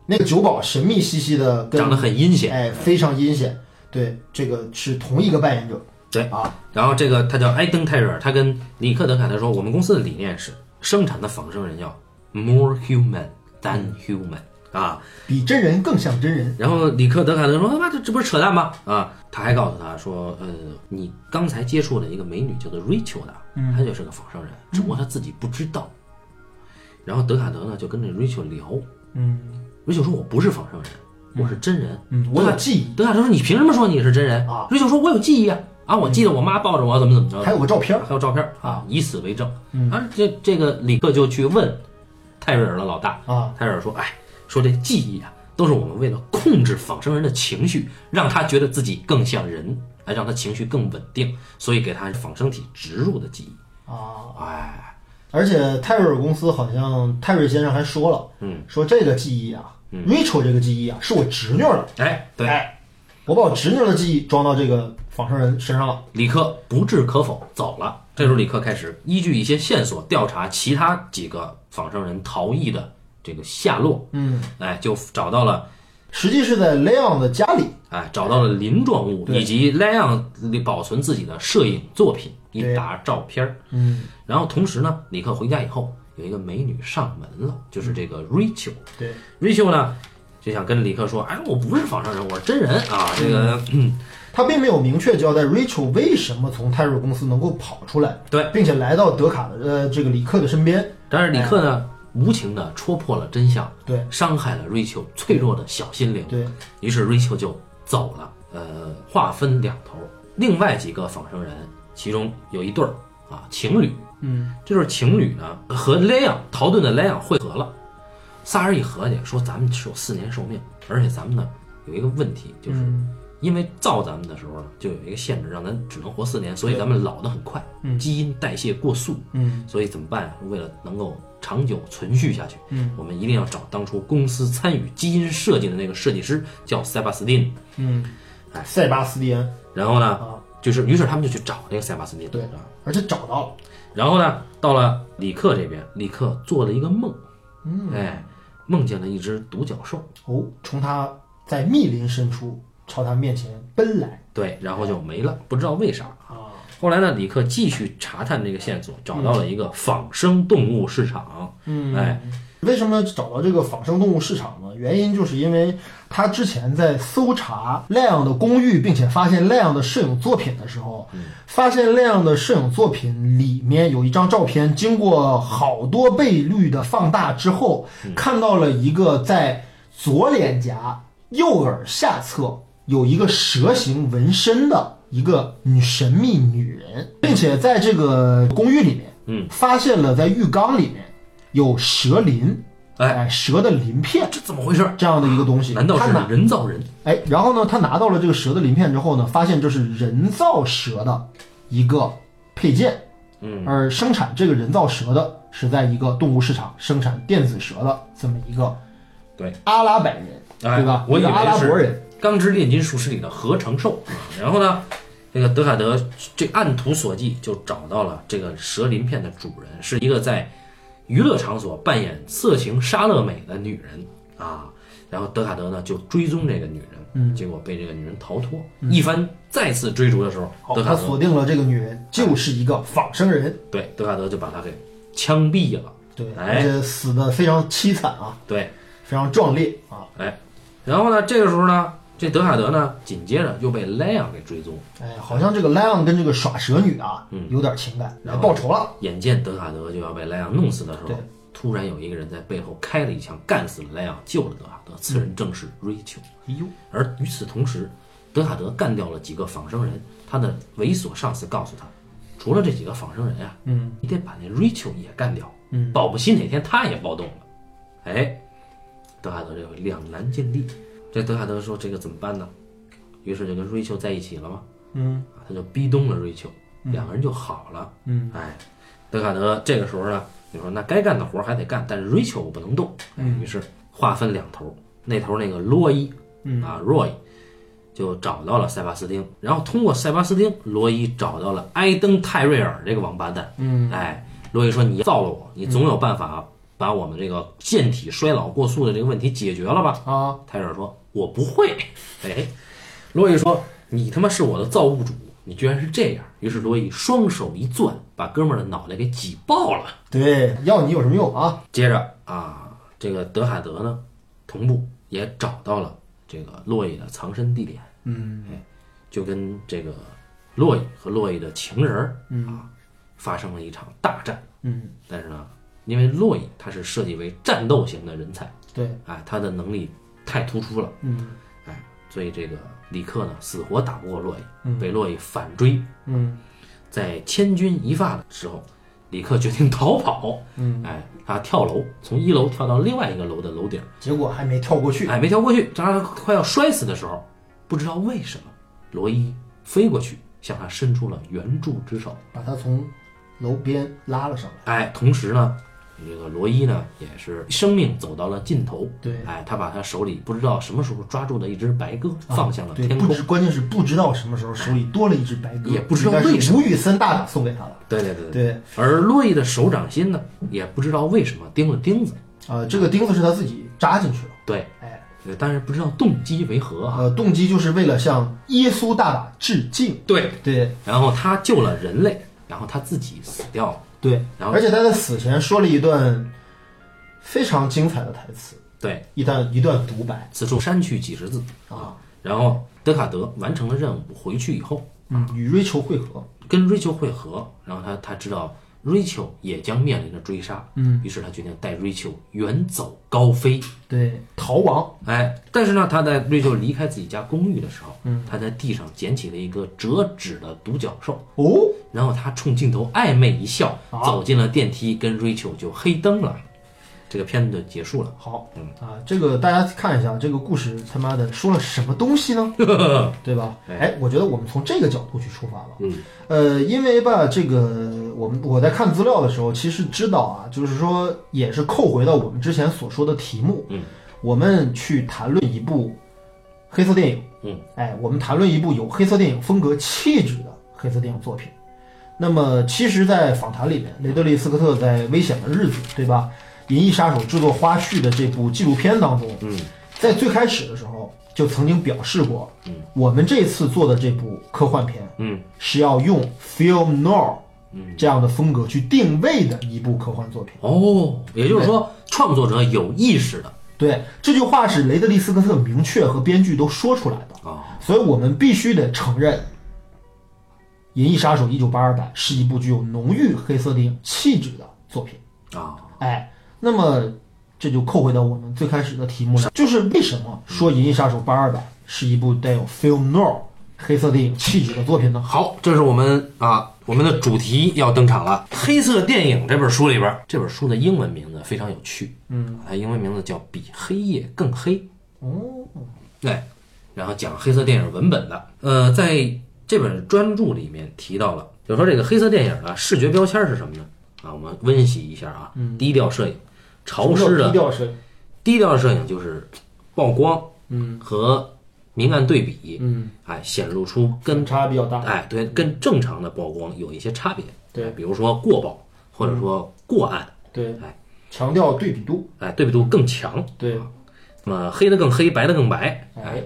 [SPEAKER 2] 那个酒保神秘兮兮的，跟
[SPEAKER 1] 长得很阴险。
[SPEAKER 2] 哎，非常阴险。对，这个是同一个扮演者。
[SPEAKER 1] 对
[SPEAKER 2] 啊，
[SPEAKER 1] 然后这个他叫埃登泰瑞尔，他跟里克德凯特说，我们公司的理念是生产的仿生人要 more human than human 啊。
[SPEAKER 2] 比真人更像真人。
[SPEAKER 1] 然后里克德凯特说，他妈这这不是扯淡吗？啊，他还告诉他说，呃，你刚才接触了一个美女叫做 Rachel 的，她就是个仿生人，只不过她自己不知道。然后德凯德呢就跟这 Rachel 聊
[SPEAKER 2] 嗯
[SPEAKER 1] ，Rachel 说我不是仿生人，我是真人。
[SPEAKER 2] 嗯，我有记忆，
[SPEAKER 1] 德凯特说你凭什么说你是真人
[SPEAKER 2] 啊
[SPEAKER 1] ？Rachel 说我有记忆啊，啊，我记得我妈抱着我怎么怎么着的
[SPEAKER 2] 还。有个照片儿。
[SPEAKER 1] 还有照片儿
[SPEAKER 2] 啊，
[SPEAKER 1] 以此为证。
[SPEAKER 2] 嗯
[SPEAKER 1] 啊，这这个李克就去问泰瑞尔的老大
[SPEAKER 2] 啊，
[SPEAKER 1] 泰瑞尔说：“哎，说这记忆啊，都是我们为了控制仿生人的情绪，让他觉得自己更像人，哎，让他情绪更稳定，所以给他仿生体植入的记忆。
[SPEAKER 2] 啊，
[SPEAKER 1] 哎，
[SPEAKER 2] 而且泰瑞尔公司好像泰瑞先生还说了，
[SPEAKER 1] 嗯，
[SPEAKER 2] 说这个记忆啊、r a c h e l 这个记忆啊，是我侄女儿的，
[SPEAKER 1] 哎，对，
[SPEAKER 2] 哎，我把我侄女儿的记忆装到这个仿生人身上了。
[SPEAKER 1] 李克不置可否，走了。这时候，李克开始依据一些线索调查其他几个仿生人逃逸的这个下落。
[SPEAKER 2] 嗯，
[SPEAKER 1] 哎，就找到了。”
[SPEAKER 2] 实际是在莱昂的家里，
[SPEAKER 1] 哎，找到了鳞状物
[SPEAKER 2] 对
[SPEAKER 1] 以及莱昂里保存自己的摄影作品一
[SPEAKER 2] 对
[SPEAKER 1] 沓照片儿。
[SPEAKER 2] 嗯，
[SPEAKER 1] 然后同时呢，李克回家以后有一个美女上门了，就是
[SPEAKER 2] 嗯
[SPEAKER 1] 这个 Rachel。
[SPEAKER 2] 对，
[SPEAKER 1] Rachel 呢就想跟李克说：“哎，我不是仿生人，我是真人啊。”这个嗯
[SPEAKER 2] 他并没有明确交代 Rachel 为什么从泰瑞尔公司能够跑出来，
[SPEAKER 1] 对，
[SPEAKER 2] 并且来到德卡的呃这个里克的身边，
[SPEAKER 1] 但是李克
[SPEAKER 2] 哎
[SPEAKER 1] 呢无情的戳破了真相，
[SPEAKER 2] 对
[SPEAKER 1] 伤害了 Rachel 脆弱的小心灵。
[SPEAKER 2] 对，
[SPEAKER 1] 于是 Rachel 就走了。呃，话分两头，另外几个仿生人，其中有一对儿啊情侣。
[SPEAKER 2] 嗯，
[SPEAKER 1] 这对情侣呢和莱昂陶顿的莱昂会合了，仨人一合计说咱们只有四年寿命，而且咱们呢有一个问题，就是
[SPEAKER 2] 嗯
[SPEAKER 1] 因为造咱们的时候呢就有一个限制，让咱只能活四年，所以
[SPEAKER 2] 对
[SPEAKER 1] 咱们老得很快，
[SPEAKER 2] 嗯
[SPEAKER 1] 基因代谢过速，
[SPEAKER 2] 嗯
[SPEAKER 1] 所以怎么办呀？为了能够长久存续下去，
[SPEAKER 2] 嗯
[SPEAKER 1] 我们一定要找当初公司参与基因设计的那个设计师叫塞巴斯汀，
[SPEAKER 2] 嗯
[SPEAKER 1] 哎，
[SPEAKER 2] 塞巴斯蒂安
[SPEAKER 1] 然后呢
[SPEAKER 2] 啊，
[SPEAKER 1] 就是于是他们就去找这个塞巴斯汀，
[SPEAKER 2] 对
[SPEAKER 1] 啊
[SPEAKER 2] 而且找到了，
[SPEAKER 1] 然后呢，到了李克这边，李克做了一个梦，
[SPEAKER 2] 嗯，
[SPEAKER 1] 哎，梦见了一只独角兽，
[SPEAKER 2] 哦，从他在密林深处朝他面前奔来
[SPEAKER 1] 对，然后就没了，不知道为啥。
[SPEAKER 2] 啊，
[SPEAKER 1] 后来呢，李克继续查探这个线索，找到了一个仿生动物市场，
[SPEAKER 2] 嗯
[SPEAKER 1] 哎，
[SPEAKER 2] 为什么找到这个仿生动物市场呢？原因就是因为他之前在搜查莱昂的公寓，并且发现莱昂的摄影作品的时候，发现莱昂的摄影作品里面有一张照片，经过好多倍率的放大之后，看到了一个在左脸颊右耳下侧有一个蛇形纹身的一个女神秘女人，并且在这个公寓里面，
[SPEAKER 1] 嗯，
[SPEAKER 2] 发现了在浴缸里面。有蛇鳞，
[SPEAKER 1] 哎，
[SPEAKER 2] 哎，蛇的鳞片
[SPEAKER 1] 这怎么回事？
[SPEAKER 2] 这样的一个东西。
[SPEAKER 1] 难道
[SPEAKER 2] 他拿
[SPEAKER 1] 是人造人？
[SPEAKER 2] 哎，然后呢，他拿到了这个蛇的鳞片之后呢，发现这是人造蛇的一个配件，
[SPEAKER 1] 嗯，
[SPEAKER 2] 而生产这个人造蛇的是在一个动物市场生产电子蛇的这么一个
[SPEAKER 1] 对
[SPEAKER 2] 阿拉伯人，
[SPEAKER 1] 哎
[SPEAKER 2] 对吧？
[SPEAKER 1] 我
[SPEAKER 2] 一
[SPEAKER 1] 以
[SPEAKER 2] 个
[SPEAKER 1] 为
[SPEAKER 2] 阿拉伯
[SPEAKER 1] 是
[SPEAKER 2] 人，
[SPEAKER 1] 《钢之炼金术士》里的合成兽。然后呢，这个德卡德这按图索骥就找到了这个蛇鳞片的主人，是一个在娱乐场所扮演色情莎乐美的女人啊。然后德卡德呢就追踪这个女人，嗯，结果被这个女人逃脱。一番再次追逐的时候，
[SPEAKER 2] 好，
[SPEAKER 1] 德
[SPEAKER 2] 他
[SPEAKER 1] 卡德
[SPEAKER 2] 锁定了这个女人就是一个仿生人，
[SPEAKER 1] 对德卡德就把她给枪毙了。
[SPEAKER 2] 对，而
[SPEAKER 1] 哎，
[SPEAKER 2] 且死的非常凄惨啊，
[SPEAKER 1] 对，
[SPEAKER 2] 非常壮烈啊，
[SPEAKER 1] 哎，然后呢，这个时候呢，这德卡德呢紧接着又被莱昂给追踪。
[SPEAKER 2] 哎，好像这个莱昂跟这个耍蛇女啊，
[SPEAKER 1] 嗯
[SPEAKER 2] 有点情感，来报仇了，
[SPEAKER 1] 眼见德卡德就要被莱昂弄死的时
[SPEAKER 2] 对
[SPEAKER 1] 候，突然有一个人在背后开了一枪，干死了莱昂，救了德卡德。此人正是瑞秋。
[SPEAKER 2] 哎呦。
[SPEAKER 1] 而与此同时，德卡德干掉了几个仿生人，他的猥琐上司告诉他，除了这几个仿生人啊，
[SPEAKER 2] 嗯，
[SPEAKER 1] 你得把那瑞秋也干掉，
[SPEAKER 2] 嗯，
[SPEAKER 1] 保不齐哪天他也暴动了。哎，德卡德这个两难尽地，这德卡德说这个怎么办呢？于是就跟瑞秋在一起了吗？
[SPEAKER 2] 嗯
[SPEAKER 1] 啊他就逼咚了瑞秋，两个人就好了。
[SPEAKER 2] 嗯，
[SPEAKER 1] 哎，德卡德这个时候呢，你说那该干的活还得干，但是瑞秋我不能动。嗯，于是划分两头，那头那个洛伊，嗯啊，Roy，就找到了塞巴斯汀，然后通过塞巴斯汀，罗伊找到了埃登泰瑞尔这个王八蛋。嗯，哎，罗伊说你造了我，你总有办法把我们这个腺体衰老过速的这个问题解决了吧？
[SPEAKER 2] 啊，
[SPEAKER 1] 泰瑞尔说我不会。哎，罗伊说你他妈是我的造物主，你居然是这样。于是罗伊双手一攥，把哥们儿的脑袋给挤爆了。
[SPEAKER 2] 对，要你有什么用啊？
[SPEAKER 1] 接着啊，这个德海德呢，同步也找到了这个洛伊的藏身地点。嗯，哎，就跟这个洛伊和洛伊的情人儿、啊，发生了一场大战。
[SPEAKER 2] 嗯，
[SPEAKER 1] 但是呢，因为洛伊他是设计为战斗型的人才，
[SPEAKER 2] 对，
[SPEAKER 1] 哎，他的能力太突出了，
[SPEAKER 2] 嗯
[SPEAKER 1] 哎，所以这个李克呢，死活打不过洛伊，被洛伊反追。
[SPEAKER 2] 嗯
[SPEAKER 1] 在千钧一发的时候，李克决定逃跑。
[SPEAKER 2] 嗯，
[SPEAKER 1] 哎，他跳楼，从一楼跳到另外一个楼的楼顶，
[SPEAKER 2] 结果还没跳过去。
[SPEAKER 1] 哎，没跳过去。当他快要摔死的时候，不知道为什么，罗伊飞过去向他伸出了援助之手。
[SPEAKER 2] 把他从楼边拉了上来。
[SPEAKER 1] 哎，同时呢，这个罗伊呢也是生命走到了尽头。
[SPEAKER 2] 对
[SPEAKER 1] 哎，他把他手里不知道什么时候抓住的一只白鸽放向了
[SPEAKER 2] 啊对，
[SPEAKER 1] 嗯天
[SPEAKER 2] 不
[SPEAKER 1] 空。
[SPEAKER 2] 知关键是不知道什么时候手里多了一只白鸽，
[SPEAKER 1] 也不知道
[SPEAKER 2] 应该
[SPEAKER 1] 为什
[SPEAKER 2] 是吴宇森大大送给他了。
[SPEAKER 1] 对对对对。
[SPEAKER 2] 对，
[SPEAKER 1] 而洛伊的手掌心呢，也不知道为什么钉了钉子。
[SPEAKER 2] 啊、这个钉子是他自己扎进去了。
[SPEAKER 1] 对，呃
[SPEAKER 2] 哎，
[SPEAKER 1] 但是不知道动机为何啊。
[SPEAKER 2] 呃，动机就是为了向耶稣大大致敬。
[SPEAKER 1] 对，
[SPEAKER 2] 对
[SPEAKER 1] 然后他救了人类，然后他自己死掉了。
[SPEAKER 2] 对，
[SPEAKER 1] 然后
[SPEAKER 2] 而且他在死前说了一段非常精彩的台词，
[SPEAKER 1] 对，
[SPEAKER 2] 一段一段独白
[SPEAKER 1] 此处删去几十字。
[SPEAKER 2] 啊，
[SPEAKER 1] 然后德卡德完成了任务，回去以后
[SPEAKER 2] 嗯，与瑞秋会合，
[SPEAKER 1] 跟 Rachel 会合，然后他他知道 Rachel 也将面临着追杀，嗯，于是他决定带 Rachel 远走高飞。
[SPEAKER 2] 对，逃亡，
[SPEAKER 1] 哎，但是呢，他在 Rachel 离开自己家公寓的时候，嗯，他在地上捡起了一个折纸的独角兽，
[SPEAKER 2] 哦，
[SPEAKER 1] 然后他冲镜头暧昧一笑，
[SPEAKER 2] 啊
[SPEAKER 1] 走进了电梯，跟 Rachel 就黑灯了。这个片子就结束了。 <laughs>
[SPEAKER 2] 好，啊，这个大家看一下，这个故事他妈的说了什么东西呢？对吧？哎，我觉得我们从这个角度去出发吧。
[SPEAKER 1] 嗯，
[SPEAKER 2] 呃，因为吧，这个我们我在看资料的时候，其实知道啊，就是说也是扣回到我们之前所说的题目，
[SPEAKER 1] 嗯，
[SPEAKER 2] 我们去谈论一部黑色电影，
[SPEAKER 1] 嗯，
[SPEAKER 2] 哎，我们谈论一部有黑色电影风格气质的黑色电影作品。那么，其实，在访谈里面，雷德利·斯科特在《危险的日子》对吧，《银翼杀手》制作花絮的这部纪录片当中，
[SPEAKER 1] 嗯，
[SPEAKER 2] 在最开始的时候就曾经表示过，
[SPEAKER 1] 嗯，
[SPEAKER 2] 我们这次做的这部科幻片
[SPEAKER 1] 嗯
[SPEAKER 2] 是要用 film noir
[SPEAKER 1] 嗯，
[SPEAKER 2] 这样的风格去定位的一部科幻作品。
[SPEAKER 1] 哦，也就是说，创作者有意识的
[SPEAKER 2] 对，这句话是雷德利·斯科特明确和编剧都说出来的，
[SPEAKER 1] 啊，
[SPEAKER 2] 所以我们必须得承认，《银翼杀手一九八二版》是一部具有浓郁黑色电影气质的作品。
[SPEAKER 1] 啊，
[SPEAKER 2] 哎，那么这就扣回到我们最开始的题目了，就是为什么说《银翼杀手八二版》是一部带有 film noir 黑色电影气质的作品呢？
[SPEAKER 1] 好，这是我们啊，我们的主题要登场了。《黑色电影》这本书里边，这本书的英文名字非常有趣，嗯，它英文名字叫《比黑夜更黑》，
[SPEAKER 2] 哦，
[SPEAKER 1] 对，然后讲黑色电影文本的。呃，在这本专著里面提到了，就说这个黑色电影的视觉标签是什么呢？啊，我们温习一下啊，
[SPEAKER 2] 嗯
[SPEAKER 1] 低调摄影，潮湿的
[SPEAKER 2] 低调是
[SPEAKER 1] 低调摄影就是曝光，嗯，和明暗对比，
[SPEAKER 2] 嗯，
[SPEAKER 1] 哎，显露出跟
[SPEAKER 2] 温差比较大。
[SPEAKER 1] 哎对跟正常的曝光有一些差别，
[SPEAKER 2] 对
[SPEAKER 1] 哎比如说过曝或者说过暗，
[SPEAKER 2] 对
[SPEAKER 1] 哎，
[SPEAKER 2] 强调对比度。
[SPEAKER 1] 哎，对比度更强，
[SPEAKER 2] 对，
[SPEAKER 1] 那么黑的更黑，白的更白，
[SPEAKER 2] 哎，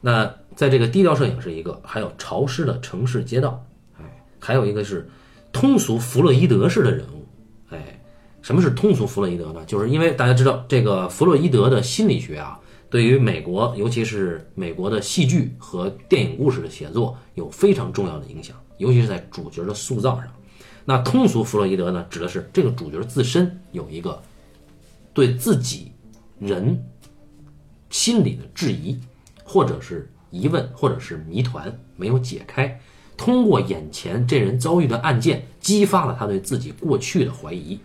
[SPEAKER 1] 那在这个低调摄影是一个，还有潮湿的城市街道，哎，还有一个是通俗弗洛伊德式的人物，哎，什么是通俗弗洛伊德呢？就是因为大家知道这个弗洛伊德的心理学啊，对于美国，尤其是美国的戏剧和电影故事的写作有非常重要的影响，尤其是在主角的塑造上。那通俗弗洛伊德呢，指的是这个主角自身有一个对自己人心理的质疑，或者是疑问，或者是谜团没有解开。通过眼前这人遭遇的案件，激发了他对自己过去的怀疑，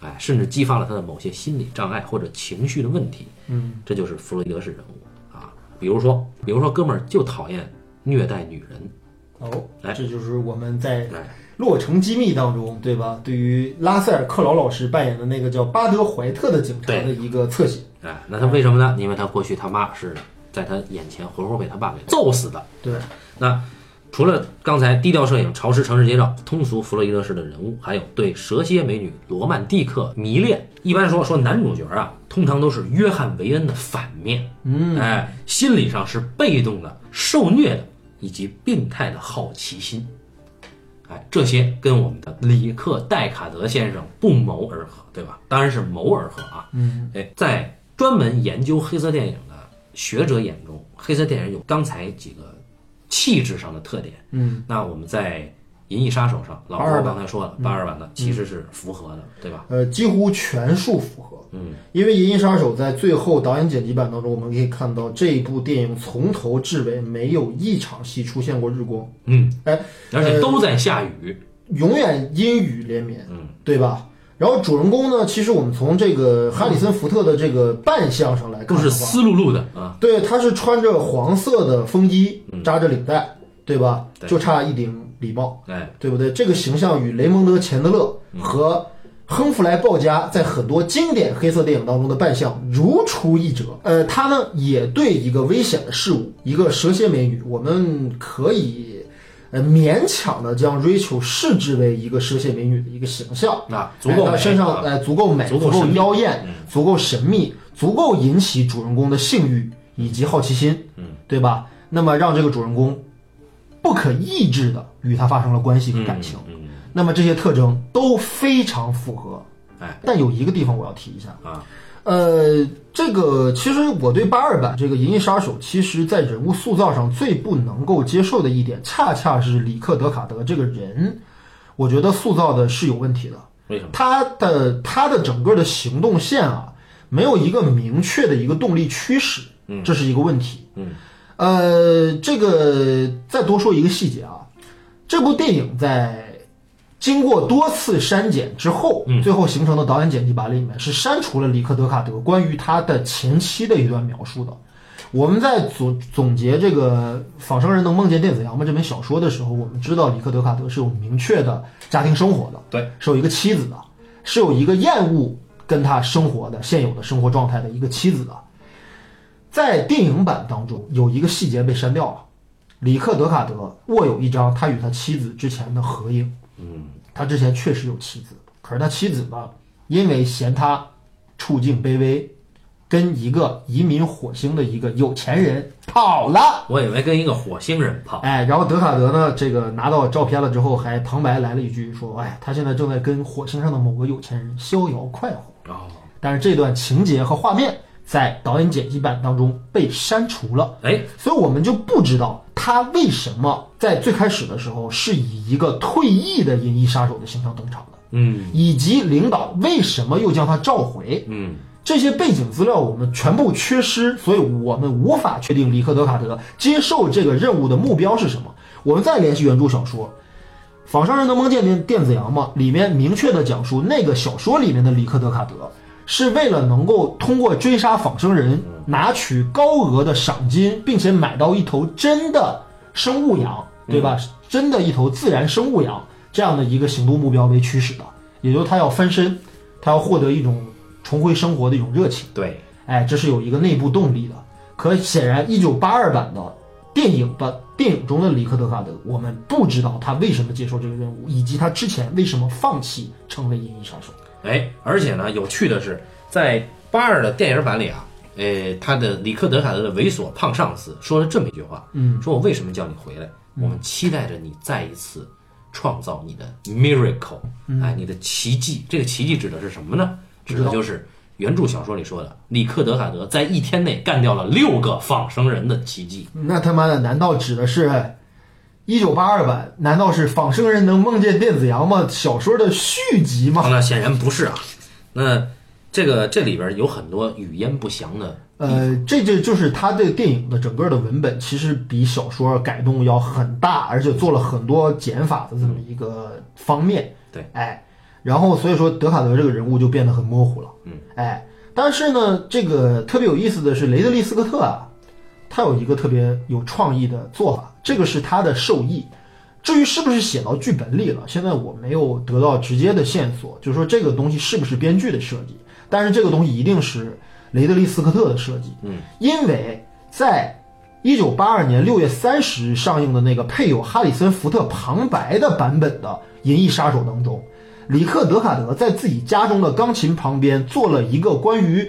[SPEAKER 1] 哎，甚至激发了他的某些心理障碍或者情绪的问题。嗯，这就是弗洛伊德式人物啊。比如说，比如说，哥们儿就讨厌虐待女人，
[SPEAKER 2] 哦，
[SPEAKER 1] 哎
[SPEAKER 2] 这就是我们在《
[SPEAKER 1] 哎，
[SPEAKER 2] 洛城机密》当中，对吧？对于拉塞尔·克劳老师扮演的那个叫巴德·怀特的警察
[SPEAKER 1] 对
[SPEAKER 2] 的一个侧写。
[SPEAKER 1] 哎，那他为什么呢？因为他过去他妈是在他眼前活活被他爸给揍死的。
[SPEAKER 2] 对，
[SPEAKER 1] 那除了刚才低调摄影、潮湿城市街道、通俗弗洛伊德式的人物，还有对蛇蝎美女罗曼蒂克迷恋。一般说说男主角啊，通常都是约翰·维恩的反面，嗯，哎，心理上是被动的、受虐的，以及病态的好奇心。哎，这些跟我们的里克戴卡德先生不谋而合，对吧？当然是谋而合啊。嗯，哎，在专门研究黑色电影的学者眼中，黑色电影有刚才几个气质上的特点。嗯，那我们在《银翼杀手》上，老
[SPEAKER 2] 82
[SPEAKER 1] 罗刚才说
[SPEAKER 2] 嗯
[SPEAKER 1] 了，八二版的其实是符合的，对吧？
[SPEAKER 2] 呃，几乎全数符合。嗯，因为《银翼杀手》在最后导演剪辑版当中，我们可以看到这一部电影从头至尾没有一场戏出现过日光，
[SPEAKER 1] 嗯，
[SPEAKER 2] 哎，
[SPEAKER 1] 而且都在下雨。
[SPEAKER 2] 永远阴雨连绵，嗯，对吧？然后主人公呢，其实我们从这个哈里森福特的这个扮相上来
[SPEAKER 1] 都
[SPEAKER 2] 看
[SPEAKER 1] 是
[SPEAKER 2] 的话，
[SPEAKER 1] 湿漉漉的啊，
[SPEAKER 2] 对，他是穿着黄色的风衣，扎着领带，对吧？
[SPEAKER 1] 嗯对
[SPEAKER 2] 就差一顶礼帽。
[SPEAKER 1] 哎，
[SPEAKER 2] 对不对？这个形象与雷蒙德·钱德勒和亨弗莱·鲍嘉在很多经典黑色电影当中的扮相如出一辙。呃，他呢也对一个危险的事物，一个蛇蝎美女，我们可以呃勉强的将 Rachel 视之为一个蛇蝎美女的一个形象。
[SPEAKER 1] 那足够
[SPEAKER 2] 哎她
[SPEAKER 1] 美
[SPEAKER 2] 身上
[SPEAKER 1] 啊
[SPEAKER 2] 哎足够美，
[SPEAKER 1] 足
[SPEAKER 2] 足
[SPEAKER 1] 够
[SPEAKER 2] 够
[SPEAKER 1] 神秘嗯
[SPEAKER 2] 妖艳，足够神秘，足够引起主人公的性欲以及好奇心，嗯，对吧？那么让这个主人公不可抑制的与他发生了关系和感情，
[SPEAKER 1] 嗯，嗯
[SPEAKER 2] 那么这些特征都非常符合。
[SPEAKER 1] 哎，
[SPEAKER 2] 但有一个地方我要提一下，
[SPEAKER 1] 啊，
[SPEAKER 2] 呃，这个其实我对八二版这个《银翼杀手》，其实在人物塑造上最不能够接受的一点，恰恰是里克·德卡德这个人，我觉得塑造的是有问题的。
[SPEAKER 1] 为什么？
[SPEAKER 2] 他的他的整个的行动线啊，没有一个明确的一个动力驱使，这是一个问题。
[SPEAKER 1] 嗯，
[SPEAKER 2] 呃，这个再多说一个细节啊，这部电影在经过多次删减之后，最后形成的导演剪辑版里面是删除了里克·德卡德关于他的前期的一段描述的。我们在总总结这个《仿生人能梦见电子羊吗》这本小说的时候，我们知道里克·德卡德是有明确的家庭生活的，
[SPEAKER 1] 对，
[SPEAKER 2] 是有一个妻子的，是有一个厌恶跟他生活的现有的生活状态的一个妻子的。在电影版当中有一个细节被删掉了，里克·德卡德握有一张他与他妻子之前的合影。
[SPEAKER 1] 嗯，
[SPEAKER 2] 他之前确实有妻子，可是他妻子呢，因为嫌他处境卑微，跟一个移民火星的一个有钱人跑了。
[SPEAKER 1] 我以为跟一个火星人跑，
[SPEAKER 2] 哎，然后德卡德呢，这个拿到照片了之后，还旁白来了一句说：“哎，他现在正在跟火星上的某个有钱人逍遥快活。
[SPEAKER 1] 哦，”
[SPEAKER 2] 但是这段情节和画面在导演剪辑版当中被删除了。
[SPEAKER 1] 哎，
[SPEAKER 2] 所以我们就不知道他为什么在最开始的时候是以一个退役的银翼杀手的形象登场的，
[SPEAKER 1] 嗯
[SPEAKER 2] 以及领导为什么又将他召回。
[SPEAKER 1] 嗯，
[SPEAKER 2] 这些背景资料我们全部缺失，所以我们无法确定里克德卡德接受这个任务的目标是什么。我们再联系原著小说，《仿生人能梦见电电子羊吗》里面明确的讲述，那个小说里面的里克德卡德是为了能够通过追杀仿生人拿取高额的赏金，并且买到一头真的生物羊，对吧？真的一头自然生物羊这样的一个行动目标为驱使的，也就是他要翻身，他要获得一种重回生活的一种热情。
[SPEAKER 1] 对，
[SPEAKER 2] 哎，这是有一个内部动力的。可显然，一九八二版的电影版电影中的里克德卡德，我们不知道他为什么接受这个任务，以及他之前为什么放弃成为银翼杀手。
[SPEAKER 1] 哎，而且呢，有趣的是，在八二的电影版里啊，呃，他的里克德卡德的猥琐胖上司说了这么一句话，
[SPEAKER 2] 嗯，
[SPEAKER 1] 说我为什么叫你回来？我们期待着你再一次创造你的 miracle，、哎，你的奇迹。这个奇迹指的是什么呢？
[SPEAKER 2] 不
[SPEAKER 1] 指
[SPEAKER 2] 知
[SPEAKER 1] 的
[SPEAKER 2] 道
[SPEAKER 1] 就是原著小说里说的，里克德卡德在一天内干掉了六个仿生人的奇迹。
[SPEAKER 2] 那他妈的，难道指的是？一九八二版难道是《仿生人能梦见电子羊吗》小说的续集吗？
[SPEAKER 1] 那显然不是啊。那这个这里边有很多语焉不详的，
[SPEAKER 2] 呃，这就就是他对电影的整个的文本，其实比小说改动要很大，而且做了很多减法的这么一个方面。
[SPEAKER 1] 对，
[SPEAKER 2] 哎，然后所以说德卡德这个人物就变得很模糊了。嗯，哎，但是呢，这个特别有意思的是雷德利·斯科特啊，他有一个特别有创意的做法，这个是他的受益。至于是不是写到剧本里了，现在我没有得到直接的线索，就是说这个东西是不是编剧的设计，但是这个东西一定是雷德利·斯科特的设计，嗯，因为在一九八二年六月三十日上映的那个配有哈里森·福特旁白的版本的《银翼杀手》当中，里克·德卡德在自己家中的钢琴旁边做了一个关于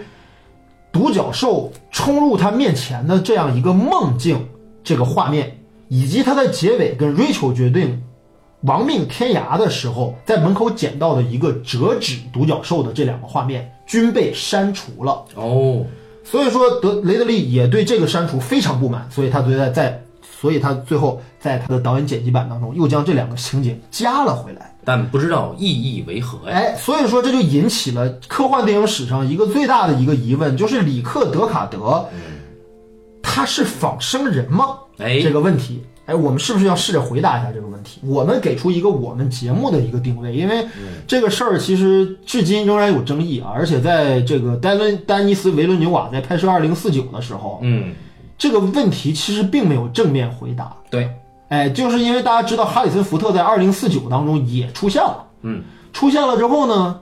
[SPEAKER 2] 独角兽冲入他面前的这样一个梦境，这个画面，以及他在结尾跟 Rachel 决定亡命天涯的时候，在门口捡到的一个折纸独角兽的这两个画面均被删除了。
[SPEAKER 1] 哦，
[SPEAKER 2] 所以说德雷德利也对这个删除非常不满，所以他最在在，所以他最后在他的导演剪辑版当中又将这两个情节加了回来。
[SPEAKER 1] 但不知道意义为何呀？
[SPEAKER 2] 哎，所以说这就引起了科幻电影史上一个最大的一个疑问，就是里克·德卡德，他是仿生人
[SPEAKER 1] 嗯
[SPEAKER 2] 吗？
[SPEAKER 1] 哎
[SPEAKER 2] 这，个问题，哎，我们是不是要试着回答一下这个问题？我们给出一个我们节目的一个定位，因为
[SPEAKER 1] 嗯
[SPEAKER 2] 这个事儿其实至今仍然有争议，啊而且在这个丹伦丹尼斯·维伦纽瓦在拍摄《二零四九》的时候，
[SPEAKER 1] 嗯，
[SPEAKER 2] 这个问题其实并没有正面回答。
[SPEAKER 1] 对，
[SPEAKER 2] 哎，就是因为大家知道哈里森·福特在《二零四九》当中也出现了，
[SPEAKER 1] 嗯，
[SPEAKER 2] 出现了之后呢，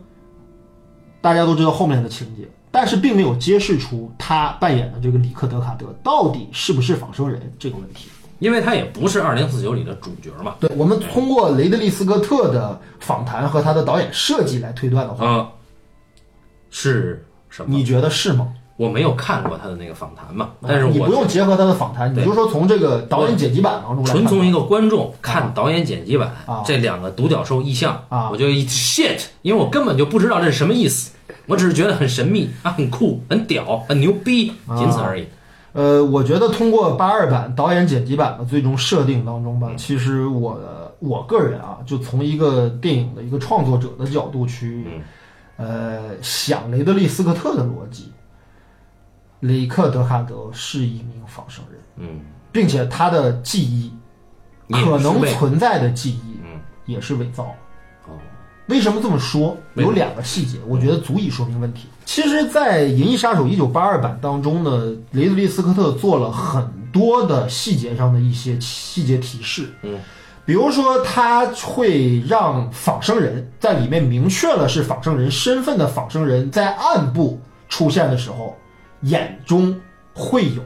[SPEAKER 2] 大家都知道后面的情节，但是并没有揭示出他扮演的这个里克·德卡德到底是不是仿生人这个问题。
[SPEAKER 1] 因为他也不是《二零四九》里的主角嘛。
[SPEAKER 2] 对，我们通过雷德利·斯科特的访谈和他的导演设计来推断的话，
[SPEAKER 1] 啊，是什么？
[SPEAKER 2] 你觉得是吗？
[SPEAKER 1] 我没有看过他的那个访谈嘛，但是
[SPEAKER 2] 你不
[SPEAKER 1] 我
[SPEAKER 2] 用结合他的访谈，你就说从这个导演剪辑版当中来看
[SPEAKER 1] 纯从一个观众看导演剪辑版
[SPEAKER 2] 啊
[SPEAKER 1] 这两个独角兽意象
[SPEAKER 2] 啊
[SPEAKER 1] 我就一 shit，因为我根本就不知道这是什么意思，我只是觉得很神秘啊，很酷，很屌，很牛逼，
[SPEAKER 2] 啊
[SPEAKER 1] 仅此而已。
[SPEAKER 2] 呃，我觉得通过八二版导演剪辑版的最终设定当中
[SPEAKER 1] 嗯
[SPEAKER 2] 吧，其实我我个人啊，就从一个电影的一个创作者的角度去，
[SPEAKER 1] 嗯
[SPEAKER 2] 呃，想雷德利·斯科特的逻辑，里克·德卡德是一名仿生人，
[SPEAKER 1] 嗯，
[SPEAKER 2] 并且他的记忆，
[SPEAKER 1] 也
[SPEAKER 2] 可能
[SPEAKER 1] 是被
[SPEAKER 2] 存在的记忆
[SPEAKER 1] 嗯
[SPEAKER 2] 也是伪造的。
[SPEAKER 1] 哦，
[SPEAKER 2] 为什么这么说？
[SPEAKER 1] 为什么
[SPEAKER 2] 有两个细节，我觉得足以说明问题。其实，在《银翼杀手》一九八二版当中呢，雷德利·斯科特做了很多的细节上的一些细节提示，
[SPEAKER 1] 嗯，
[SPEAKER 2] 比如说他会让仿生人在里面明确了是仿生人身份的仿生人，在暗部出现的时候，眼中会有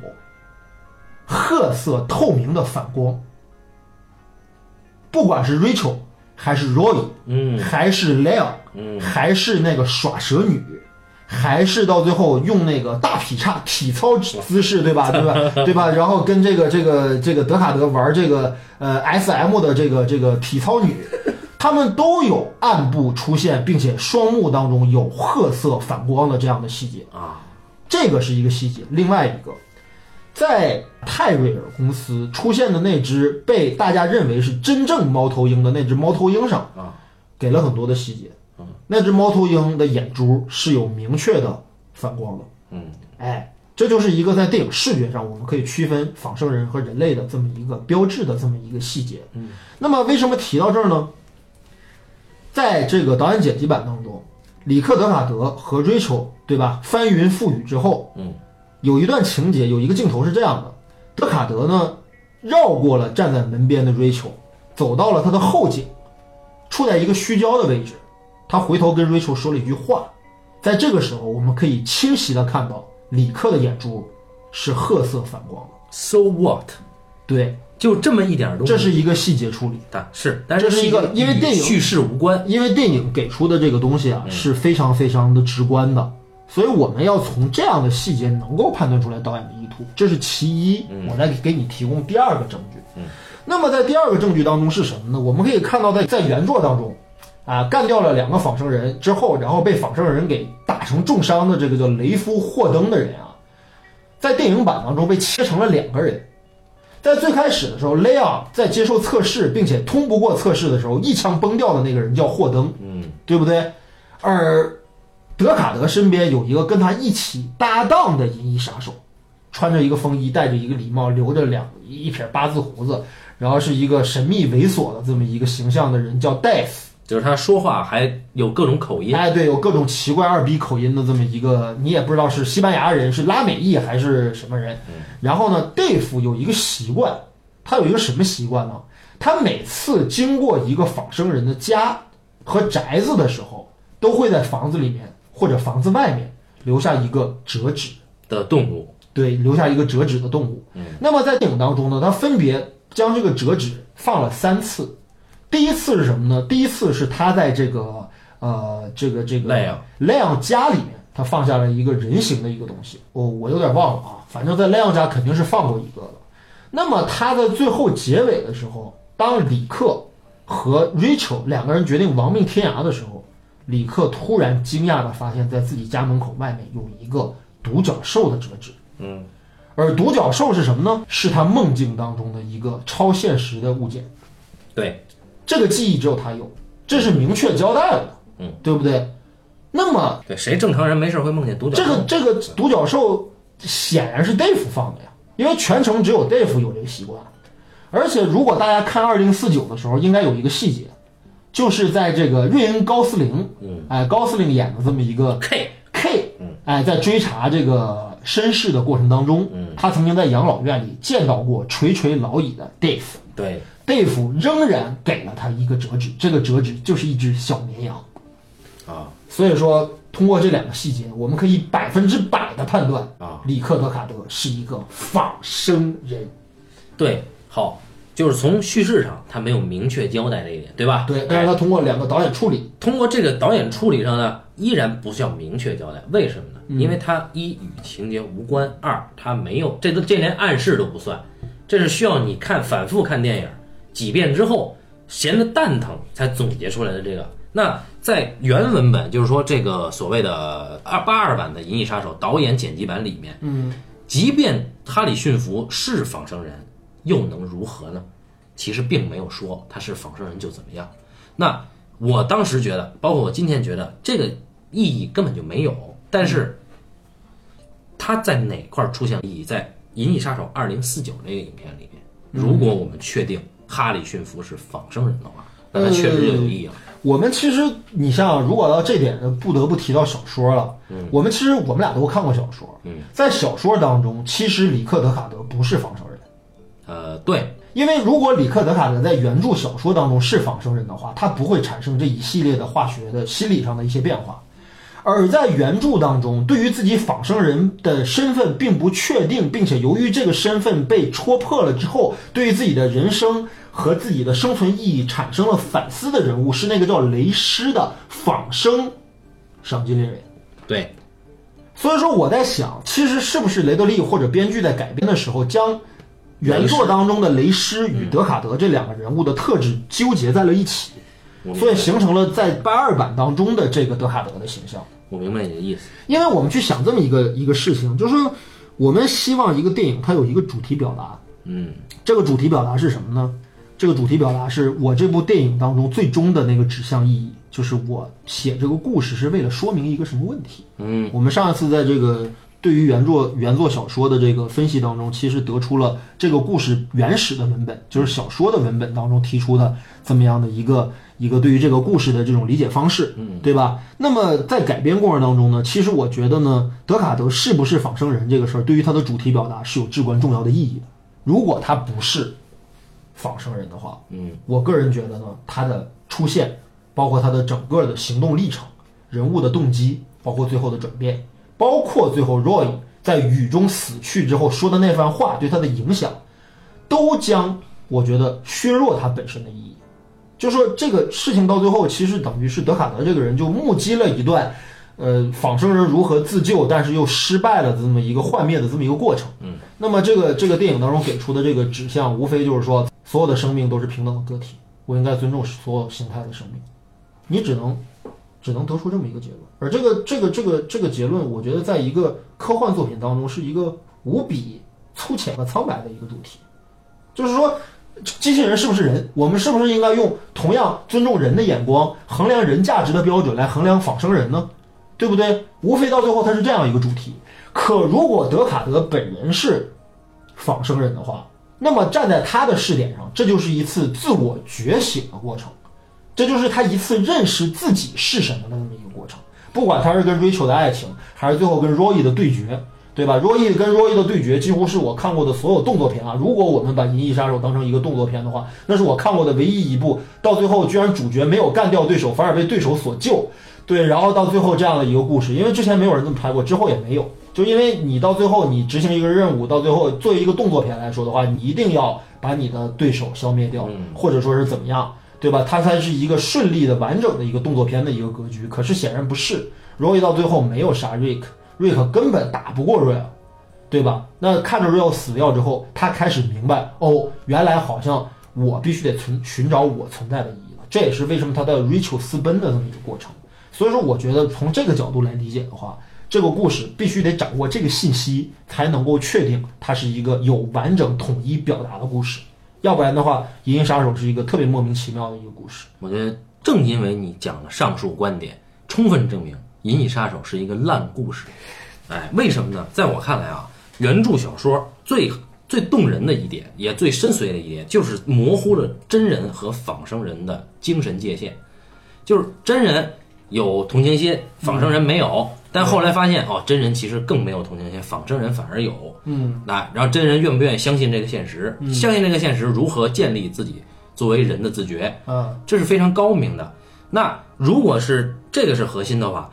[SPEAKER 2] 褐色透明的反光，不管是 Rachel 还是 Roy。
[SPEAKER 1] 嗯
[SPEAKER 2] 还是 Leon，
[SPEAKER 1] 嗯
[SPEAKER 2] 还是那个耍蛇女，还是到最后用那个大劈叉体操姿势，
[SPEAKER 1] <laughs>
[SPEAKER 2] 对吧？对吧？对吧？然后跟这个这个这个德卡德玩这个呃 SM 的这个这个体操
[SPEAKER 1] <laughs>
[SPEAKER 2] 女，他们都有暗部出现，并且双目当中有褐色反光的这样的细节。
[SPEAKER 1] 啊，
[SPEAKER 2] 这个是一个细节。另外一个，在泰瑞尔公司出现的那只被大家认为是真正猫头鹰的那只猫头鹰上
[SPEAKER 1] 啊，
[SPEAKER 2] 给了很多的细节
[SPEAKER 1] 嗯。
[SPEAKER 2] 那只猫头鹰的眼珠是有明确的反光的。
[SPEAKER 1] 嗯，
[SPEAKER 2] 哎，这就是一个在电影视觉上我们可以区分仿生人和人类的这么一个标志的这么一个细节。嗯，那么为什么提到这儿呢？在这个导演剪辑版当中，里克·德卡德和 Rachel 对吧翻云覆雨之后，
[SPEAKER 1] 嗯，
[SPEAKER 2] 有一段情节，有一个镜头是这样的：德卡德呢绕过了站在门边的 Rachel，走到了他的后颈，处在一个虚焦的位置。他回头跟 Rachel 说了一句话，在这个时候，我们可以清晰的看到里克的眼珠是褐色反光的。
[SPEAKER 1] So what？
[SPEAKER 2] 对，
[SPEAKER 1] 就这么一点东西，
[SPEAKER 2] 这是一个细节处理。
[SPEAKER 1] 但是，但是
[SPEAKER 2] 这是一个因为
[SPEAKER 1] 与
[SPEAKER 2] 电影
[SPEAKER 1] 叙事无关。
[SPEAKER 2] 因为电影给出的这个东西啊是非常非常的直观的，所以我们要从这样的细节能够判断出来导演的意图，这是其一。我再给你提供第二个证据。那么在第二个证据当中是什么呢？我们可以看到在，在原作当中，啊，干掉了两个仿生人之后，然后被仿生人给打成重伤的这个叫雷夫·霍登的人啊，在电影版当中被切成了两个人。在最开始的时候，雷昂在接受测试并且通不过测试的时候，一枪崩掉的那个人叫霍登，
[SPEAKER 1] 嗯，
[SPEAKER 2] 对不对？而德卡德身边有一个跟他一起搭档的银翼杀手，穿着一个风衣，戴着一个礼帽，留着两一撇八字胡子，然后是一个神秘猥琐的这么一个形象的人，叫戴夫。
[SPEAKER 1] 就是他说话还有各种口音，
[SPEAKER 2] 哎，对，有各种奇怪二逼口音的这么一个，你也不知道是西班牙人、是拉美裔还是什么人。然后呢，Dave 有一个习惯，他有一个什么习惯呢？他每次经过一个仿生人的家和宅子的时候，都会在房子里面或者房子外面留下一个折纸。
[SPEAKER 1] 的动物
[SPEAKER 2] 对，留下一个折纸的动物。那么在电影当中呢，他分别将这个折纸放了三次。第一次是什么呢？第一次是他在这个呃这个这个
[SPEAKER 1] 那样
[SPEAKER 2] 莱昂家里面，他放下了一个人形的一个东西，我、我有点忘了啊，反正在莱昂家肯定是放过一个的。那么他在最后结尾的时候，当李克和 Rachel 两个人决定亡命天涯的时候，李克突然惊讶地发现，在自己家门口外面有一个独角兽的折纸。
[SPEAKER 1] 嗯，
[SPEAKER 2] 而独角兽是什么呢？是他梦境当中的一个超现实的物件。
[SPEAKER 1] 对，
[SPEAKER 2] 这个记忆只有他有，这是明确交代了的，
[SPEAKER 1] 嗯，
[SPEAKER 2] 对不对？那么
[SPEAKER 1] 对，谁正常人没事会梦见独角
[SPEAKER 2] 这
[SPEAKER 1] 兽？
[SPEAKER 2] 个这个独角兽显然是 Dave 放的呀，因为全程只有 Dave 有这个习惯。而且如果大家看二零四九的时候，应该有一个细节，就是在这个瑞恩高斯林，
[SPEAKER 1] 嗯
[SPEAKER 2] 哎，高斯林演的这么一个
[SPEAKER 1] K，
[SPEAKER 2] K，
[SPEAKER 1] 嗯
[SPEAKER 2] 哎，在追查这个绅士的过程当中，
[SPEAKER 1] 嗯
[SPEAKER 2] 他曾经在养老院里见到过垂垂老矣的 Dave。
[SPEAKER 1] 对，
[SPEAKER 2] Dave 仍然给了他一个折纸，这个折纸就是一只小绵羊。
[SPEAKER 1] 啊
[SPEAKER 2] 所以说，通过这两个细节，我们可以百分之百的判断，
[SPEAKER 1] 啊，
[SPEAKER 2] 里克·德卡德是一个仿生人。
[SPEAKER 1] 对，好，就是从叙事上他没有明确交代这一点，对吧？
[SPEAKER 2] 对，但是他通过两个导演处理，
[SPEAKER 1] 通过这个导演处理上呢，依然不叫明确交代，为什么呢？因为它一与情节无关，二它没有这都这连暗示都不算，这是需要你看反复看电影几遍之后闲得蛋疼才总结出来的这个。那在原文本，就是说这个所谓的二八二版的《银翼杀手》导演剪辑版里面，
[SPEAKER 2] 嗯，
[SPEAKER 1] 即便哈里逊福是仿生人，又能如何呢？其实并没有说他是仿生人就怎么样。那我当时觉得，包括我今天觉得，这个意义根本就没有。但是，他在哪块儿出现意义？在《银翼杀手二零四九》那个影片里面，如果我们确定哈里逊福是仿生人的话，那它确实就有意义了。
[SPEAKER 2] 我们其实你像，如果到这点，不得不提到小说了。嗯，我们其实我们俩都看过小说。
[SPEAKER 1] 嗯，
[SPEAKER 2] 在小说当中，其实里克·德卡德不是仿生人。
[SPEAKER 1] 呃，对，
[SPEAKER 2] 因为如果里克·德卡德在原著小说当中是仿生人的话，他不会产生这一系列的化学的心理上的一些变化。而在原著当中，对于自己仿生人的身份并不确定，并且由于这个身份被戳破了之后，对于自己的人生和自己的生存意义产生了反思的人物是那个叫雷狮的仿生赏金猎人。
[SPEAKER 1] 对，
[SPEAKER 2] 所以说我在想，其实是不是雷德利或者编剧在改编的时候，将原作当中的雷狮与德卡德这两个人物的特质纠结在了一起，
[SPEAKER 1] 我明
[SPEAKER 2] 所以
[SPEAKER 1] 白，
[SPEAKER 2] 形成了在八二版当中的这个德卡德的形象。
[SPEAKER 1] 我明白你的意思。
[SPEAKER 2] 因为我们去想这么一个一个事情，就是说我们希望一个电影它有一个主题表达，
[SPEAKER 1] 嗯，
[SPEAKER 2] 这个主题表达是什么呢？这个主题表达是我这部电影当中最终的那个指向意义，就是我写这个故事是为了说明一个什么问题。
[SPEAKER 1] 嗯，
[SPEAKER 2] 我们上一次在这个对于原作原作小说的这个分析当中，其实得出了这个故事原始的文本，就是小说的文本当中提出的这么样的一个一个对于这个故事的这种理解方式，嗯，对吧？那么在改编过程当中呢，其实我觉得呢，德卡德是不是仿生人这个事儿，对于他的主题表达是有至关重要的意义的。如果他不是仿生人的话，
[SPEAKER 1] 嗯，
[SPEAKER 2] 我个人觉得呢，他的出现，包括他的整个的行动历程、人物的动机，包括最后的转变，包括最后 Roy 在雨中死去之后说的那番话对他的影响，都将我觉得削弱他本身的意义。就说这个事情到最后，其实等于是德卡德这个人就目击了一段，呃，仿生人如何自救，但是又失败了的这么一个幻灭的这么一个过程。嗯，那么这个这个电影当中给出的这个指向，无非就是说，所有的生命都是平等的个体，我应该尊重所有形态的生命。你只能只能得出这么一个结论，而这个这个这个这个结论，我觉得在一个科幻作品当中是一个无比粗浅和苍白的一个主题，就是说。机器人是不是人？我们是不是应该用同样尊重人的眼光，衡量人价值的标准来衡量仿生人呢？对不对？无非到最后它是这样一个主题。可如果德卡德本人是仿生人的话，那么站在他的视点上，这就是一次自我觉醒的过程，这就是他一次认识自己是什么的那么一个过程。不管他是跟 Rachel 的爱情，还是最后跟 Roy 的对决，对吧？Roy 跟 Roy 的对决几乎是我看过的所有动作片啊。如果我们把《银翼杀手》当成一个动作片的话，那是我看过的唯一一部，到最后居然主角没有干掉对手，反而被对手所救。对，然后到最后这样的一个故事，因为之前没有人这么拍过，之后也没有。就因为你到最后你执行一个任务，到最后作为一个动作片来说的话，你一定要把你的对手消灭掉，
[SPEAKER 1] 嗯
[SPEAKER 2] 或者说是怎么样，对吧？它才是一个顺利的、完整的一个动作片的一个格局。可是显然不是，Roy 到最后没有杀 Rick，Rick 根本打不过 Roy，对吧？那看着 Roy 死掉之后，他开始明白，哦，原来好像我必须得存寻找我存在的意义了。这也是为什么他在 Rachel 私奔的这么一个过程。所以说，我觉得从这个角度来理解的话，这个故事必须得掌握这个信息，才能够确定它是一个有完整统一表达的故事。要不然的话，《银翼杀手》是一个特别莫名其妙的一个故事。
[SPEAKER 1] 我觉得正因为你讲了上述观点，充分证明《银翼杀手》是一个烂故事。哎，为什么呢？在我看来啊，原著小说最最动人的一点，也最深邃的一点，就是模糊了真人和仿生人的精神界限。就是真人有同情心，仿生人没有。但后来发现哦，真人其实更没有同情心，仿生人反而有。
[SPEAKER 2] 嗯，
[SPEAKER 1] 那然后真人愿不愿意相信这个现实？相信这个现实，如何建立自己作为人的自觉？
[SPEAKER 2] 啊，
[SPEAKER 1] 这是非常高明的。那如果是这个是核心的话，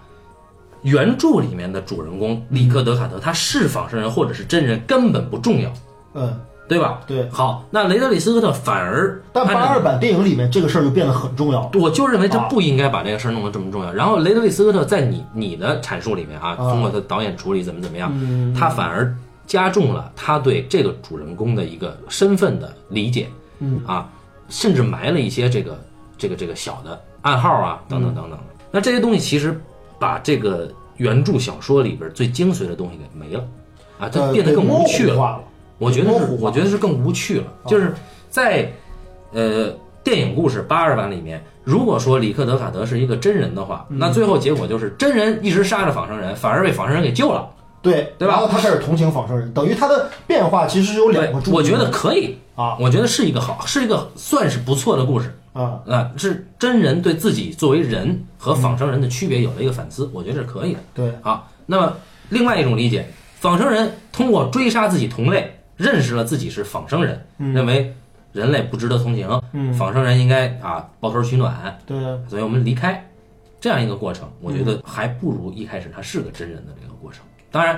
[SPEAKER 1] 原著里面的主人公里克·德卡特，他是仿生人或者是真人根本不重要，
[SPEAKER 2] 嗯，
[SPEAKER 1] 对吧？
[SPEAKER 2] 对。
[SPEAKER 1] 好，那雷德利·斯科特反而
[SPEAKER 2] 但
[SPEAKER 1] 按照
[SPEAKER 2] 八二版电影里面，这个事儿就变得很重要了。
[SPEAKER 1] 我就认为
[SPEAKER 2] 啊
[SPEAKER 1] 他不应该把这个事儿弄得这么重要。然后雷德利·斯科特在你你的阐述里面啊，
[SPEAKER 2] 啊
[SPEAKER 1] 通过他导演处理怎么怎么样，
[SPEAKER 2] 嗯，
[SPEAKER 1] 他反而加重了他对这个主人公的一个身份的理解，
[SPEAKER 2] 嗯
[SPEAKER 1] 啊，甚至埋了一些这个这个这个小的暗号啊，
[SPEAKER 2] 嗯
[SPEAKER 1] 等等等等的。那这些东西其实把这个原著小说里边最精髓的东西给没了，啊，它
[SPEAKER 2] 呃
[SPEAKER 1] 变得更
[SPEAKER 2] 给模
[SPEAKER 1] 无
[SPEAKER 2] 糊
[SPEAKER 1] 趣了。
[SPEAKER 2] 化了。哦
[SPEAKER 1] 我觉得
[SPEAKER 2] 模
[SPEAKER 1] 是
[SPEAKER 2] 糊，化
[SPEAKER 1] 我觉得是更无趣了。就是在呃电影故事八二版里面，如果说里克德卡德是一个真人的话，
[SPEAKER 2] 嗯
[SPEAKER 1] 那最后结果就是真人一直杀着仿生人，反而被仿生人给救了。
[SPEAKER 2] 对
[SPEAKER 1] 对吧
[SPEAKER 2] 然后他开始同情仿生人，等于他的变化其实有两个
[SPEAKER 1] 对
[SPEAKER 2] 柱。
[SPEAKER 1] 我觉得可以
[SPEAKER 2] 啊，
[SPEAKER 1] 我觉得是一个好，是一个算是不错的故事
[SPEAKER 2] 啊，
[SPEAKER 1] 啊、是真人对自己作为人
[SPEAKER 2] 嗯
[SPEAKER 1] 和仿生人的区别有了一个反思，我觉得是可以的。
[SPEAKER 2] 对，
[SPEAKER 1] 好，那么另外一种理解，仿生人通过追杀自己同类，认识了自己是仿生人，认为人类不值得同情，
[SPEAKER 2] 嗯
[SPEAKER 1] 仿生人应该啊抱团取暖，
[SPEAKER 2] 对，
[SPEAKER 1] 所以我们离开这样一个过程，我觉得还不如一开始他是个真人的这个过程。当然，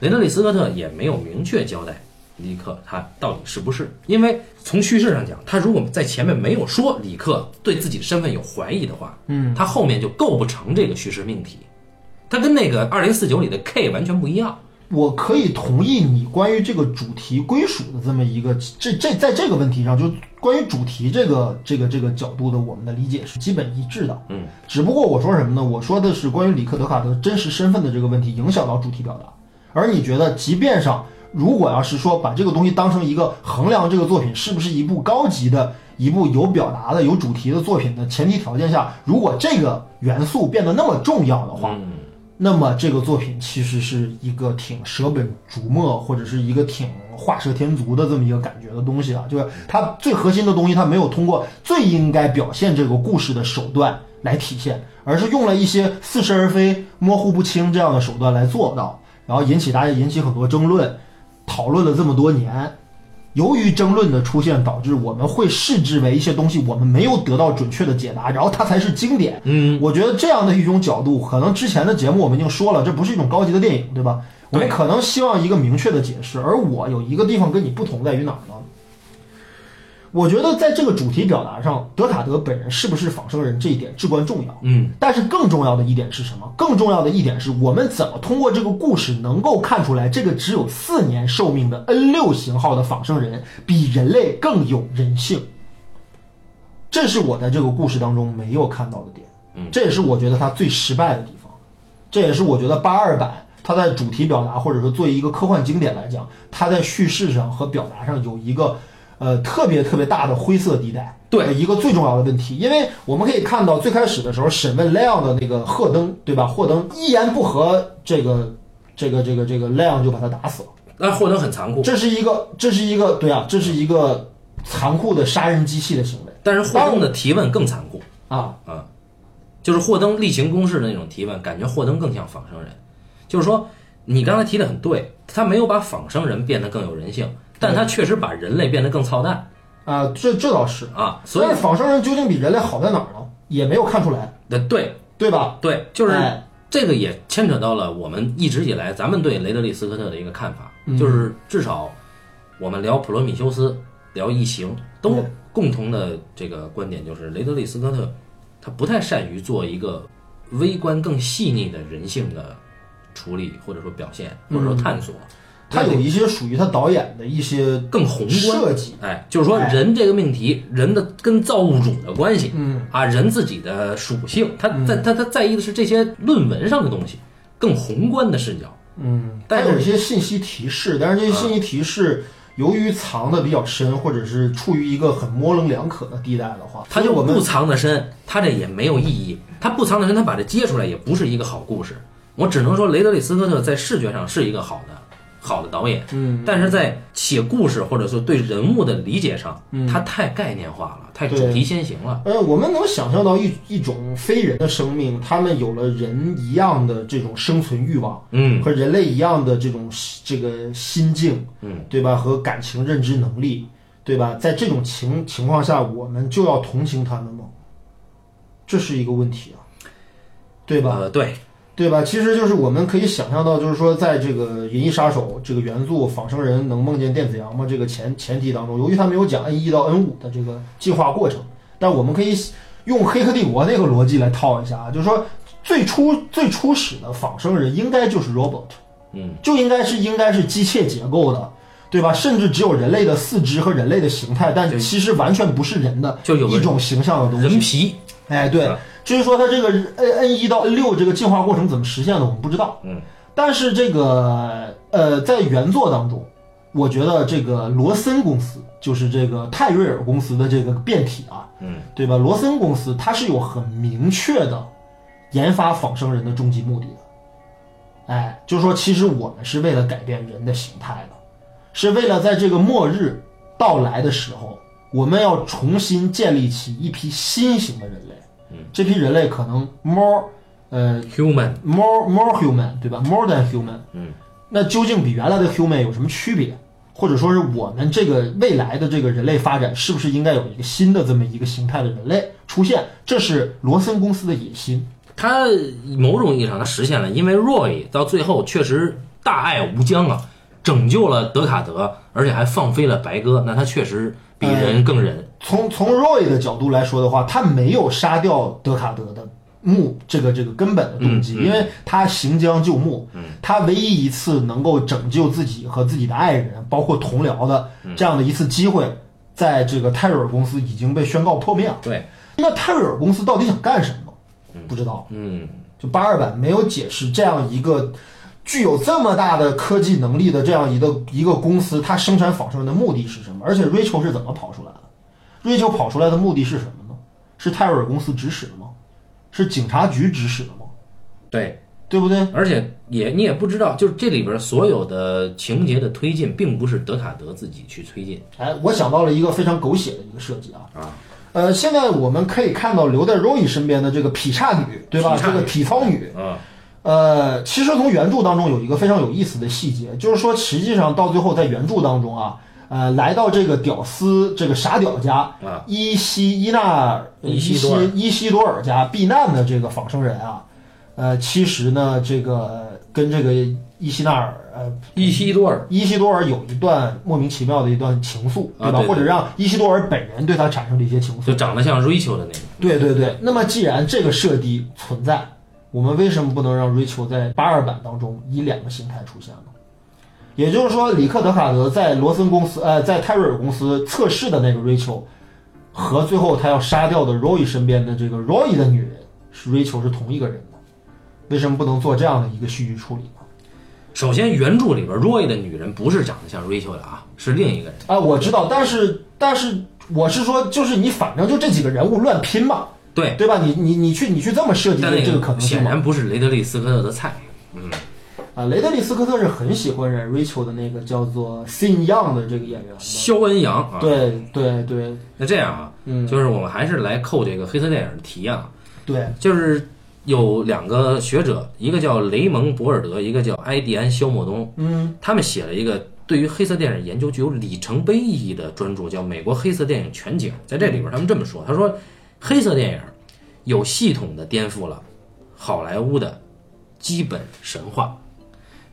[SPEAKER 1] 雷德利·斯科特也没有明确交代里克他到底是不是，因为从叙事上讲，他如果在前面没有说里克对自己的身份有怀疑的话，
[SPEAKER 2] 嗯，
[SPEAKER 1] 他后面就构不成这个叙事命题。他跟那个二零四九里的 K 完全不一样。
[SPEAKER 2] 我可以同意你关于这个主题归属的这么一个这这在这个问题上，就关于主题这个这个这个角度的我们的理解是基本一致的。
[SPEAKER 1] 嗯，
[SPEAKER 2] 只不过我说什么呢？我说的是关于里克·德卡德真实身份的这个问题影响到主题表达，而你觉得，即便上如果要是说把这个东西当成一个衡量这个作品是不是一部高级的、一部有表达的、有主题的作品的前提条件下，如果这个元素变得那么重要的话，
[SPEAKER 1] 嗯，
[SPEAKER 2] 那么这个作品其实是一个挺舍本逐末，或者是一个挺画蛇添足的这么一个感觉的东西啊，就是它最核心的东西，它没有通过最应该表现这个故事的手段来体现，而是用了一些似是而非、模糊不清这样的手段来做到，然后引起大家引起很多争论，讨论了这么多年。由于争论的出现，导致我们会视之为一些东西我们没有得到准确的解答，然后它才是经典。
[SPEAKER 1] 嗯，
[SPEAKER 2] 我觉得这样的一种角度，可能之前的节目我们已经说了，这不是一种高级的电影，对吧？我们
[SPEAKER 1] 对
[SPEAKER 2] 可能希望一个明确的解释，而我有一个地方跟你不同在于哪儿呢？我觉得在这个主题表达上，德卡德本人是不是仿生人这一点至关重要。
[SPEAKER 1] 嗯，
[SPEAKER 2] 但是更重要的一点是什么？更重要的一点是我们怎么通过这个故事能够看出来，这个只有四年寿命的 N 六型号的仿生人比人类更有人性。这是我在这个故事当中没有看到的点，
[SPEAKER 1] 嗯
[SPEAKER 2] 这也是我觉得它最失败的地方，这也是我觉得八二版它在主题表达或者说作为一个科幻经典来讲，它在叙事上和表达上有一个呃特别特别大的灰色地带，
[SPEAKER 1] 对
[SPEAKER 2] 呃一个最重要的问题，因为我们可以看到最开始的时候审问莱昂的那个赫登，对吧？霍登一言不合，这个这个这个这个莱昂就把他打死了。
[SPEAKER 1] 那霍登很残酷，
[SPEAKER 2] 这是一个，这是一个，对啊，这是一个残酷的杀人机器的行为
[SPEAKER 1] 但是霍登的提问更残酷。
[SPEAKER 2] 啊！
[SPEAKER 1] 啊，就是霍登例行公事的那种提问，感觉霍登更像仿生人。就是说，你刚才提的很对，他没有把仿生人变得更有人性，但他确实把人类变得更操蛋
[SPEAKER 2] 啊，这这倒是。
[SPEAKER 1] 啊。所
[SPEAKER 2] 所
[SPEAKER 1] 以
[SPEAKER 2] 以，仿生人究竟比人类好在哪儿呢？也没有看出来，
[SPEAKER 1] 呃对
[SPEAKER 2] 对吧？
[SPEAKER 1] 对，就是
[SPEAKER 2] 哎
[SPEAKER 1] 这个也牵扯到了我们一直以来咱们对雷德利·斯科特的一个看法，
[SPEAKER 2] 嗯
[SPEAKER 1] 就是至少我们聊《普罗米修斯》、聊《异形》，都
[SPEAKER 2] 对
[SPEAKER 1] 共同的这个观点就是雷德利·斯科特他不太善于做一个微观更细腻的人性的处理，或者说表现，或者说探
[SPEAKER 2] 嗯
[SPEAKER 1] 索。
[SPEAKER 2] 他有一些属于他导演的一些
[SPEAKER 1] 更宏观
[SPEAKER 2] 设计，
[SPEAKER 1] 哎，就是说
[SPEAKER 2] 哎
[SPEAKER 1] 人这个命题，人的跟造物主的关系，
[SPEAKER 2] 嗯
[SPEAKER 1] 啊，人自己的属性，他在他他在意的是这些论文上的东西，更宏观的视角。
[SPEAKER 2] 嗯，
[SPEAKER 1] 但
[SPEAKER 2] 它
[SPEAKER 1] 是
[SPEAKER 2] 有一些信息提示，但是这些信息提示。由于藏的比较深，或者是处于一个很模棱两可的地带的话，
[SPEAKER 1] 他
[SPEAKER 2] 所以
[SPEAKER 1] 就
[SPEAKER 2] 我们
[SPEAKER 1] 不藏得深，他这也没有意义。他不藏得深，他把这揭出来也不是一个好故事。我只能说，雷德利·斯科特在视觉上是一个好的好的导演，
[SPEAKER 2] 嗯，
[SPEAKER 1] 但是在写故事或者说对人物的理解上，他太概念化了，太主
[SPEAKER 2] 嗯对
[SPEAKER 1] 题先行了。
[SPEAKER 2] 呃，我们能想象到一一种非人的生命，他们有了人一样的这种生存欲望，
[SPEAKER 1] 嗯
[SPEAKER 2] 和人类一样的这种这个心境，
[SPEAKER 1] 嗯，
[SPEAKER 2] 对吧？和感情认知能力，对吧？在这种情情况下，我们就要同情他们吗？这是一个问题啊，对吧？
[SPEAKER 1] 呃，对，
[SPEAKER 2] 对吧？其实就是我们可以想象到，就是说，在这个《银翼杀手》这个原作仿生人能梦见电子羊吗这个前前提当中，由于他没有讲 N 一到 N 五的这个进化过程，但我们可以用《黑客帝国》那个逻辑来套一下啊，就是说，最初最初始的仿生人应该就是 robot，
[SPEAKER 1] 嗯，
[SPEAKER 2] 就应该是应该是机械结构的。对吧？甚至只有人类的四肢和人类的形态，但
[SPEAKER 1] 对
[SPEAKER 2] 其实完全不是人的
[SPEAKER 1] 就有个
[SPEAKER 2] 一种形象的东西。
[SPEAKER 1] 人皮，
[SPEAKER 2] 哎，对
[SPEAKER 1] 啊，
[SPEAKER 2] 至于说它这个 N N 一到 N 六这个进化过程怎么实现的，我们不知道。
[SPEAKER 1] 嗯，
[SPEAKER 2] 但是这个呃，在原作当中，我觉得这个罗森公司就是这个泰瑞尔公司的这个变体啊，
[SPEAKER 1] 嗯，
[SPEAKER 2] 对吧？罗森公司它是有很明确的研发仿生人的终极目的的，哎，就是说其实我们是为了改变人的形态的，是为了在这个末日到来的时候，我们要重新建立起一批新型的人类。嗯，这批人类可能 more 呃
[SPEAKER 1] human，
[SPEAKER 2] more more human 对吧？more than human，
[SPEAKER 1] 嗯，
[SPEAKER 2] 那究竟比原来的 human 有什么区别？或者说是我们这个未来的这个人类发展，是不是应该有一个新的这么一个形态的人类出现？这是罗森公司的野心。
[SPEAKER 1] 他某种意义上他实现了，因为 Roy 到最后确实大爱无疆啊，拯救了德卡德，而且还放飞了白鸽，那他确实比人更人。
[SPEAKER 2] 从从 Roy 的角度来说的话，他没有杀掉德卡德的目这个这个根本的动机，因为他行将就木，他唯一一次能够拯救自己和自己的爱人，包括同僚的这样的一次机会，在这个泰瑞尔公司已经被宣告破灭了。
[SPEAKER 1] 哎对，
[SPEAKER 2] 那泰瑞尔公司到底想干什么？不知道。
[SPEAKER 1] 嗯，
[SPEAKER 2] 就八二版没有解释这样一个具有这么大的科技能力的这样一个一个公司，它生产仿生人的目的是什么？而且 Rachel 是怎么跑出来的？Rachel 跑出来的目的是什么呢？是泰瑞尔公司指使的吗？是警察局指使的吗？
[SPEAKER 1] 对，
[SPEAKER 2] 对不对？
[SPEAKER 1] 而且也你也不知道，就是这里边所有的情节的推进，并不是德卡德自己去推进，
[SPEAKER 2] 哎，我想到了一个非常狗血的一个设计啊。啊。呃，现在我们可以看到留在 Roy 身边的这个劈叉女，对吧？
[SPEAKER 1] 劈叉
[SPEAKER 2] 这
[SPEAKER 1] 女
[SPEAKER 2] 个体操女，
[SPEAKER 1] 啊，
[SPEAKER 2] 呃，其实从原著当中有一个非常有意思的细节，就是说，实际上到最后在原著当中啊，呃，来到这个屌丝这个傻屌家
[SPEAKER 1] 啊，
[SPEAKER 2] 伊西伊纳尔
[SPEAKER 1] 伊
[SPEAKER 2] 伊
[SPEAKER 1] 西
[SPEAKER 2] 西
[SPEAKER 1] 多尔
[SPEAKER 2] 伊西多尔家避难的这个仿生人啊，呃，其实呢，这个呃跟这个伊西纳尔呃
[SPEAKER 1] 伊西多尔，
[SPEAKER 2] 伊西多尔有一段莫名其妙的一段情愫，
[SPEAKER 1] 啊
[SPEAKER 2] 对吧？
[SPEAKER 1] 对对
[SPEAKER 2] 或者让伊西多尔本人对他产生了一些情愫
[SPEAKER 1] 就，长得像 Rachel 的那个，
[SPEAKER 2] 对对对，那么既然这个设定存在，我们为什么不能让 Rachel 在八二版当中以两个形态出现呢？也就是说，里克·德卡德在罗森公司，呃，在泰瑞尔公司测试的那个 Rachel，和最后他要杀掉的 Roy 身边的这个 Roy 的女人是 Rachel 是同一个人的，为什么不能做这样的一个戏剧处理呢？
[SPEAKER 1] 首先，原著里边 Roy 的女人不是长得像 Rachel 的啊，是另一个人。
[SPEAKER 2] 啊，我知道，但是但是我是说，就是你反正就这几个人物乱拼嘛，
[SPEAKER 1] 对，
[SPEAKER 2] 对吧？你你你去你去这么设计
[SPEAKER 1] 但
[SPEAKER 2] 的这
[SPEAKER 1] 那
[SPEAKER 2] 个可
[SPEAKER 1] 个
[SPEAKER 2] 能性
[SPEAKER 1] 显
[SPEAKER 2] 吗？
[SPEAKER 1] 然不是雷德利·斯科特的菜。嗯，
[SPEAKER 2] 啊，雷德利·斯科特是很喜欢演 Rachel 的那个叫做 Sin Young 的这个演员的。
[SPEAKER 1] 肖恩杨啊，
[SPEAKER 2] 对对对，
[SPEAKER 1] 那这样啊，
[SPEAKER 2] 嗯，
[SPEAKER 1] 就是我们还是来扣这个黑色电影的题啊，
[SPEAKER 2] 对，
[SPEAKER 1] 就是有两个学者，一个叫雷蒙·博尔德，一个叫埃迪安·肖莫东，
[SPEAKER 2] 嗯
[SPEAKER 1] 他们写了一个对于黑色电影研究具有里程碑意义的专著，叫《美国黑色电影全景》。在这里边，他们这么说，他说，黑色电影有系统的颠覆了好莱坞的基本神话。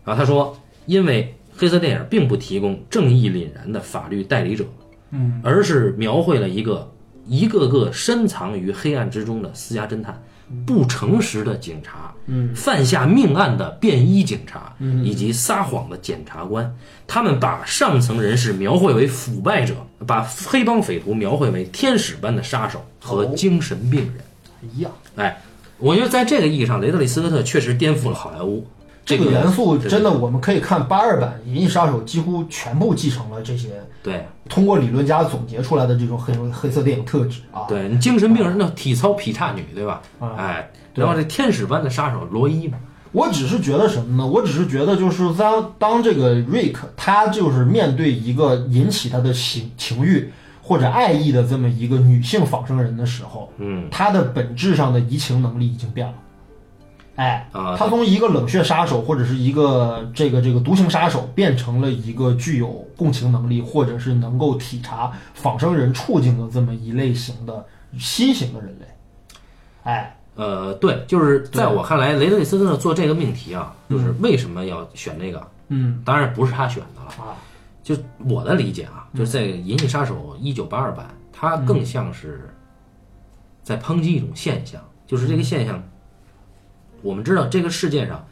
[SPEAKER 1] 然后他说，因为黑色电影并不提供正义凛然的法律代理者，
[SPEAKER 2] 嗯，
[SPEAKER 1] 而是描绘了一个一个个深藏于黑暗之中的私家侦探，不诚实的警察，
[SPEAKER 2] 嗯，
[SPEAKER 1] 犯下命案的便衣警察，嗯，以及撒谎的检察官。他们把上层人士描绘为腐败者，把黑帮匪徒描绘为天使般的杀手
[SPEAKER 2] 哦
[SPEAKER 1] 和精神病人。
[SPEAKER 2] 一样。
[SPEAKER 1] 哎，我觉得在这个意义上，雷德利·斯科特确实颠覆了好莱坞
[SPEAKER 2] 这
[SPEAKER 1] 个
[SPEAKER 2] 个元素
[SPEAKER 1] 对
[SPEAKER 2] 真的，我们可以看八二版《银翼杀手》几乎全部继承了这些
[SPEAKER 1] 对
[SPEAKER 2] 通过理论家总结出来的这种黑黑色电影特质啊。
[SPEAKER 1] 对，你精神病人的体操劈叉女，对吧？
[SPEAKER 2] 啊
[SPEAKER 1] 哎，
[SPEAKER 2] 对
[SPEAKER 1] 然后这天使般的杀手罗伊嘛，
[SPEAKER 2] 我只是觉得什么呢？我只是觉得就是当当这个 Rick 他就是面对一个引起他的情情欲或者爱意的这么一个女性仿生人的时候，
[SPEAKER 1] 嗯，
[SPEAKER 2] 他的本质上的移情能力已经变了。哎，
[SPEAKER 1] 啊
[SPEAKER 2] 他从一个冷血杀手或者是一个这个这个独行杀手，变成了一个具有共情能力或者是能够体察仿生人处境的这么一类型的新型的人类。哎，
[SPEAKER 1] 呃，对，就是在我看来，雷德利·斯科特做这个命题啊，就是为什么要选这个？
[SPEAKER 2] 嗯
[SPEAKER 1] 当然不是他选的了，
[SPEAKER 2] 啊，
[SPEAKER 1] 就我的理解啊，就是在《银翼杀手》一九八二版，它更像是在抨击一种现象，就是这个现象，我们知道这个世界上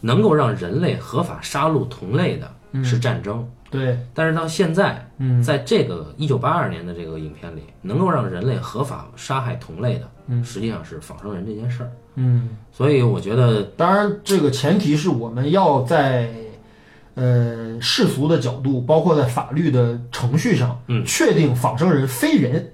[SPEAKER 1] 能够让人类合法杀戮同类的是战争，
[SPEAKER 2] 对，
[SPEAKER 1] 但是到现在，
[SPEAKER 2] 嗯
[SPEAKER 1] 在这个一九八二年的这个影片里，能够让人类合法杀害同类的，实际上是仿生人这件事儿。
[SPEAKER 2] 嗯。
[SPEAKER 1] 所以我觉得，
[SPEAKER 2] 当然，这个前提是我们要在呃世俗的角度，包括在法律的程序上，
[SPEAKER 1] 嗯
[SPEAKER 2] 确定仿生人非人，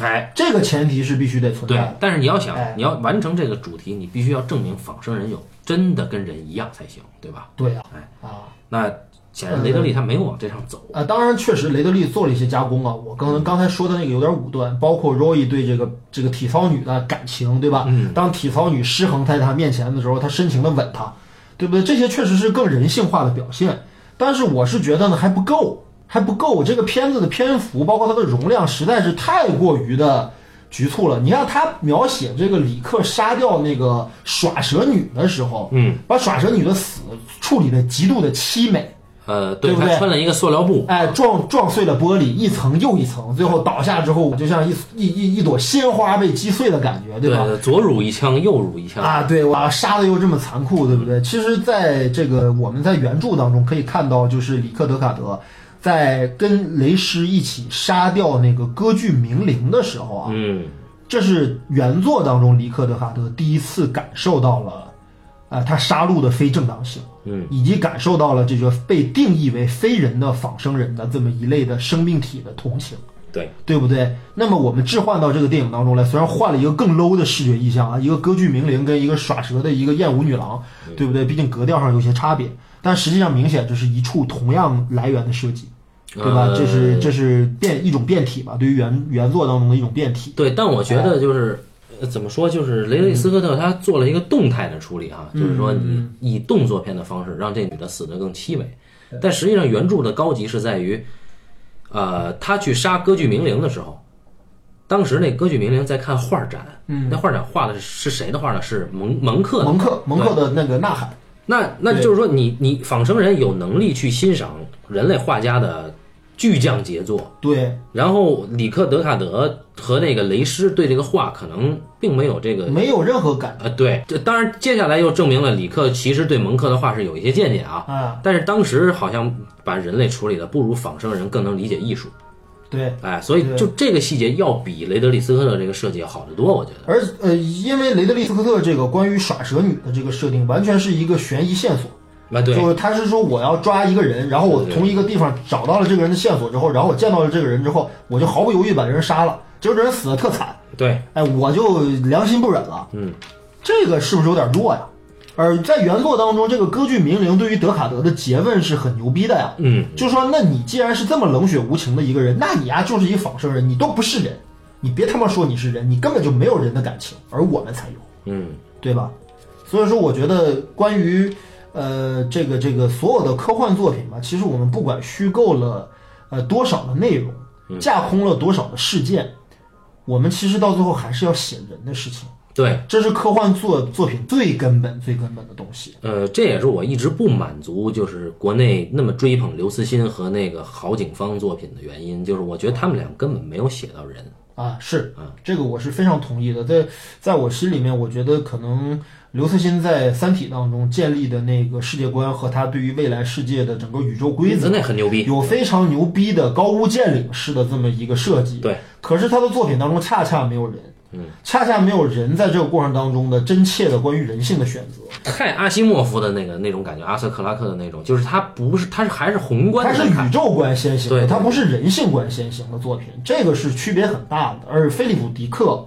[SPEAKER 1] 哎，
[SPEAKER 2] 这个前提是必须得存在
[SPEAKER 1] 对
[SPEAKER 2] 的。，
[SPEAKER 1] 但是你要想
[SPEAKER 2] 哎，
[SPEAKER 1] 你要完成这个主题，你必须要证明仿生人有真的跟人一样才行，对吧？
[SPEAKER 2] 对啊，啊
[SPEAKER 1] 那显然雷
[SPEAKER 2] 嗯
[SPEAKER 1] 德利他没有往这上走，
[SPEAKER 2] 啊！当然，确实雷德利做了一些加工啊。我刚
[SPEAKER 1] 嗯
[SPEAKER 2] 刚才说的那个有点武断，包括 Roy 对这个这个体操女的感情，对吧？
[SPEAKER 1] 嗯
[SPEAKER 2] 当体操女失衡在他面前的时候，他深情的吻她，对不对？这些确实是更人性化的表现，但是我是觉得呢还不够，还不够。这个片子的篇幅，包括它的容量，实在是太过于的局促了。你看他描写这个李克杀掉那个耍蛇女的时候，
[SPEAKER 1] 嗯，
[SPEAKER 2] 把耍蛇女的死处理的极度的凄美，
[SPEAKER 1] 呃，对
[SPEAKER 2] 对不
[SPEAKER 1] 他
[SPEAKER 2] 对
[SPEAKER 1] 穿了一个塑料布，
[SPEAKER 2] 哎，撞撞碎了玻璃，一层又一层，最后倒下之后，就像一一一一朵鲜花被击碎的感觉，
[SPEAKER 1] 对
[SPEAKER 2] 吧？
[SPEAKER 1] 左乳一枪，右乳一枪，
[SPEAKER 2] 啊，对，哇，杀的又这么残酷，对不对？其实，在这个我们在原著当中可以看到，就是里克德卡德在跟雷师一起杀掉那个歌剧名伶的时候啊，
[SPEAKER 1] 嗯，
[SPEAKER 2] 这是原作当中里克德卡德第一次感受到了，啊、他杀戮的非正当性，
[SPEAKER 1] 嗯，
[SPEAKER 2] 以及感受到了这个被定义为非人的仿生人的这么一类的生命体的同情，
[SPEAKER 1] 对，
[SPEAKER 2] 对不对？那么我们置换到这个电影当中来，虽然换了一个更 low 的视觉意象啊，一个歌剧名伶跟一个耍蛇的一个艳舞女郎，对不对？毕竟格调上有些差别，但实际上明显这是一处同样来源的设计。对吧？
[SPEAKER 1] 呃
[SPEAKER 2] 这是这是变一种变体吧，对于原原作当中的一种变体。
[SPEAKER 1] 对，但我觉得就是。呃怎么说？就是雷德利·斯科特他做了一个动态的处理哈、就是说你以动作片的方式让这女的死得更凄美，但实际上原著的高级是在于，呃，他去杀歌剧名伶的时候，当时那歌剧名伶在看画展，嗯，那画展画的是是谁的画呢？是蒙蒙克的
[SPEAKER 2] 蒙克蒙克的那个呐喊，
[SPEAKER 1] 那那
[SPEAKER 2] 对
[SPEAKER 1] 就是说你，你仿生人有能力去欣赏人类画家的巨匠杰作，
[SPEAKER 2] 对，
[SPEAKER 1] 然后里克德卡德和那个雷师对这个画可能并没有这个。
[SPEAKER 2] 没有任何感
[SPEAKER 1] 呃，对，这当然，接下来又证明了里克其实对蒙克的画是有一些见解啊，
[SPEAKER 2] 啊，
[SPEAKER 1] 但是当时好像把人类处理的不如仿生人更能理解艺术，
[SPEAKER 2] 对。
[SPEAKER 1] 哎，所以
[SPEAKER 2] 对
[SPEAKER 1] 就这个细节要比雷德利·斯科特这个设计要好得多，我觉得。
[SPEAKER 2] 而呃，因为雷德利·斯科特这个关于耍蛇女的这个设定，完全是一个悬疑线索，
[SPEAKER 1] 啊，对，
[SPEAKER 2] 就是他是说我要抓一个人，然后我
[SPEAKER 1] 对对
[SPEAKER 2] 从一个地方找到了这个人的线索之后，然后我见到了这个人之后，我就毫不犹豫把这人杀了，结果这人死的特惨，
[SPEAKER 1] 对，
[SPEAKER 2] 哎，我就良心不忍了。
[SPEAKER 1] 嗯，
[SPEAKER 2] 这个是不是有点弱呀？而在原作当中，这个歌剧名伶对于德卡德的诘问是很牛逼的呀。
[SPEAKER 1] 嗯，
[SPEAKER 2] 就说那你既然是这么冷血无情的一个人，那你呀、就是一仿生人，你都不是人，你别他妈说你是人，你根本就没有人的感情，而我们才有，
[SPEAKER 1] 嗯，
[SPEAKER 2] 对吧？所以说，我觉得关于呃这个这个所有的科幻作品吧，其实我们不管虚构了呃多少的内容，架空了多少的事件，我们其实到最后还是要写人的事情。
[SPEAKER 1] 对，
[SPEAKER 2] 这是科幻作作品最根本、最根本的东西。
[SPEAKER 1] 呃，这也是我一直不满足，就是国内那么追捧刘慈欣和那个郝景芳作品的原因，就是我觉得他们俩根本没有写
[SPEAKER 2] <laughs>
[SPEAKER 1] 到人。
[SPEAKER 2] 啊，是，这个我是非常同意的。在在我心里面，我觉得可能刘慈欣在《三体》当中建立的那个世界观和他对于未来世界的整个宇宙规则，
[SPEAKER 1] 那很牛逼。
[SPEAKER 2] 有非常牛逼的高屋建瓴式的这么一个设计。
[SPEAKER 1] 对，
[SPEAKER 2] 可是他的作品当中恰恰没有人，嗯，恰恰没有人在这个过程当中的真切的关于人性的选择。
[SPEAKER 1] 太阿西莫夫的那个那种感觉，阿瑟克拉克的那种，就是他不是，他是还是宏观
[SPEAKER 2] 它
[SPEAKER 1] 的
[SPEAKER 2] 是
[SPEAKER 1] 看。
[SPEAKER 2] 宇宙观先行的，
[SPEAKER 1] 对
[SPEAKER 2] 它不是人性观先行的作品，这个是区别很大的。而菲利普·迪克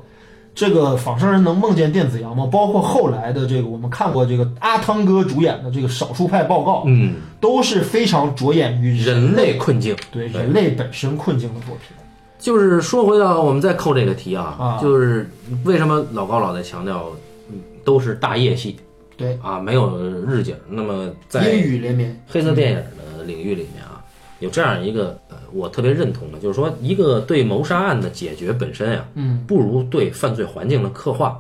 [SPEAKER 2] 这个《仿生人能梦见电子羊吗》，包括后来的这个我们看过这个阿汤哥主演的这个《少数派报告》，
[SPEAKER 1] 嗯，
[SPEAKER 2] 都是非常着眼于
[SPEAKER 1] 人
[SPEAKER 2] 类
[SPEAKER 1] 类困境。
[SPEAKER 2] 对人类本身困境的作品。
[SPEAKER 1] 就是说回到我们再扣这个题啊，
[SPEAKER 2] 啊
[SPEAKER 1] 就是为什么老高老在强调，嗯都是大夜戏
[SPEAKER 2] 对，
[SPEAKER 1] 啊，没有日景。那么
[SPEAKER 2] 阴
[SPEAKER 1] 在
[SPEAKER 2] 雨连绵，
[SPEAKER 1] 黑色电影的领域里面啊，有这样一个呃，我特别认同的，就是说一个对谋杀案的解决本身啊，
[SPEAKER 2] 嗯，
[SPEAKER 1] 不如对犯罪环境的刻画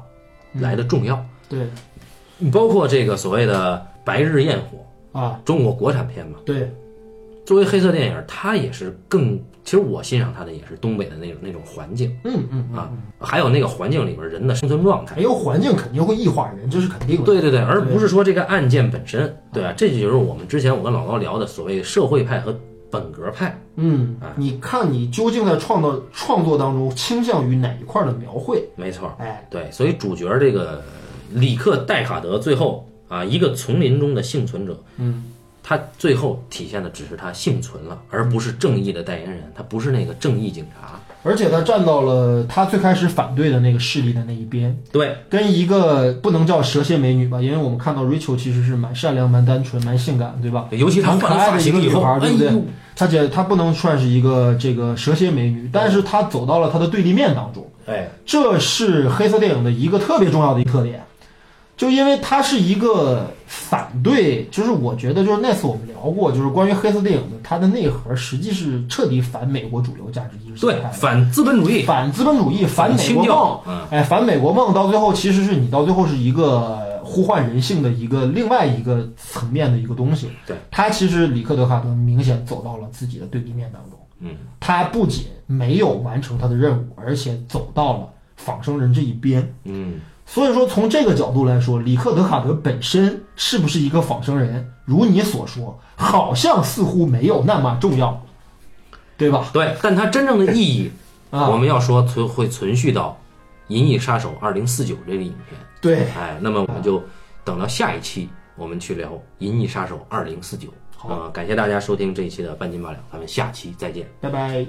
[SPEAKER 1] 来的重要。
[SPEAKER 2] 对
[SPEAKER 1] 你包括这个所谓的《白日焰火
[SPEAKER 2] 啊，》，
[SPEAKER 1] 中国国产片嘛，
[SPEAKER 2] 对
[SPEAKER 1] 作为黑色电影，它也是更，其实我欣赏它的也是东北的那种那种环境，
[SPEAKER 2] 嗯嗯，
[SPEAKER 1] 啊，还有那个环境里边人的生存状态。
[SPEAKER 2] 还有环境肯定会异化人，这是肯定的。
[SPEAKER 1] 对对对，而不是说这个案件本身，对吧、这就是我们之前我跟老高聊的所谓社会派和本格派。
[SPEAKER 2] 嗯，你看你究竟在创造创作当中倾向于哪一块的描绘？
[SPEAKER 1] 没错，
[SPEAKER 2] 哎，
[SPEAKER 1] 对，所以主角这个里克戴卡德最后啊，一个丛林中的幸存者，
[SPEAKER 2] 嗯，
[SPEAKER 1] 他最后体现的只是他幸存了，而不是正义的代言人，他不是那个正义警察。
[SPEAKER 2] 而且他站到了他最开始反对的那个势力的那一边，
[SPEAKER 1] 对，
[SPEAKER 2] 跟一个不能叫蛇蝎美女吧，因为我们看到 Rachel 其实是蛮善良、蛮单纯、蛮性感，对吧？
[SPEAKER 1] 尤其他换
[SPEAKER 2] 蛮可
[SPEAKER 1] 了
[SPEAKER 2] 爱
[SPEAKER 1] 发
[SPEAKER 2] 的一
[SPEAKER 1] 型
[SPEAKER 2] 个
[SPEAKER 1] 以
[SPEAKER 2] 女
[SPEAKER 1] 后，
[SPEAKER 2] 孩，
[SPEAKER 1] 哎
[SPEAKER 2] 对不对
[SPEAKER 1] 呦，？
[SPEAKER 2] 她姐她不能算是一个这个蛇蝎美女，但是她走到了她的对立面当中，
[SPEAKER 1] 哎，
[SPEAKER 2] 这是黑色电影的一个特别重要的一个特点，就因为它是一个反对，就是我觉得就是那次我们聊过，就是关于黑色电影的它的内核实际是彻底反美国主流价值意识形
[SPEAKER 1] 对
[SPEAKER 2] 态，的，
[SPEAKER 1] 反资本主义，
[SPEAKER 2] 反资本主义，反美
[SPEAKER 1] 清
[SPEAKER 2] 国梦
[SPEAKER 1] 教，，嗯。
[SPEAKER 2] 哎，反美国梦到最后其实是你到最后是一个呼唤人性的一个另外一个层面的一个东西。
[SPEAKER 1] 对，
[SPEAKER 2] 他其实里克德卡德明显走到了自己的对立面当中。
[SPEAKER 1] 嗯，
[SPEAKER 2] 他不仅没有完成他的任务，而且走到了仿生人这一边。
[SPEAKER 1] 嗯，
[SPEAKER 2] 所以说，从这个角度来说，里克德卡德本身是不是一个仿生人，如你所说，好像似乎没有那么重要，对吧？
[SPEAKER 1] 对，但它真正的意义，
[SPEAKER 2] 啊，
[SPEAKER 1] 我们要说存会存续到《银翼杀手二零四九》这个影片。
[SPEAKER 2] 对，
[SPEAKER 1] 哎，那么我们就等到下一期，我们去聊《银翼杀手二零四九》。啊
[SPEAKER 2] 好
[SPEAKER 1] 呃，感谢大家收听这一期的半斤八两，咱们下期再见。
[SPEAKER 2] 拜拜。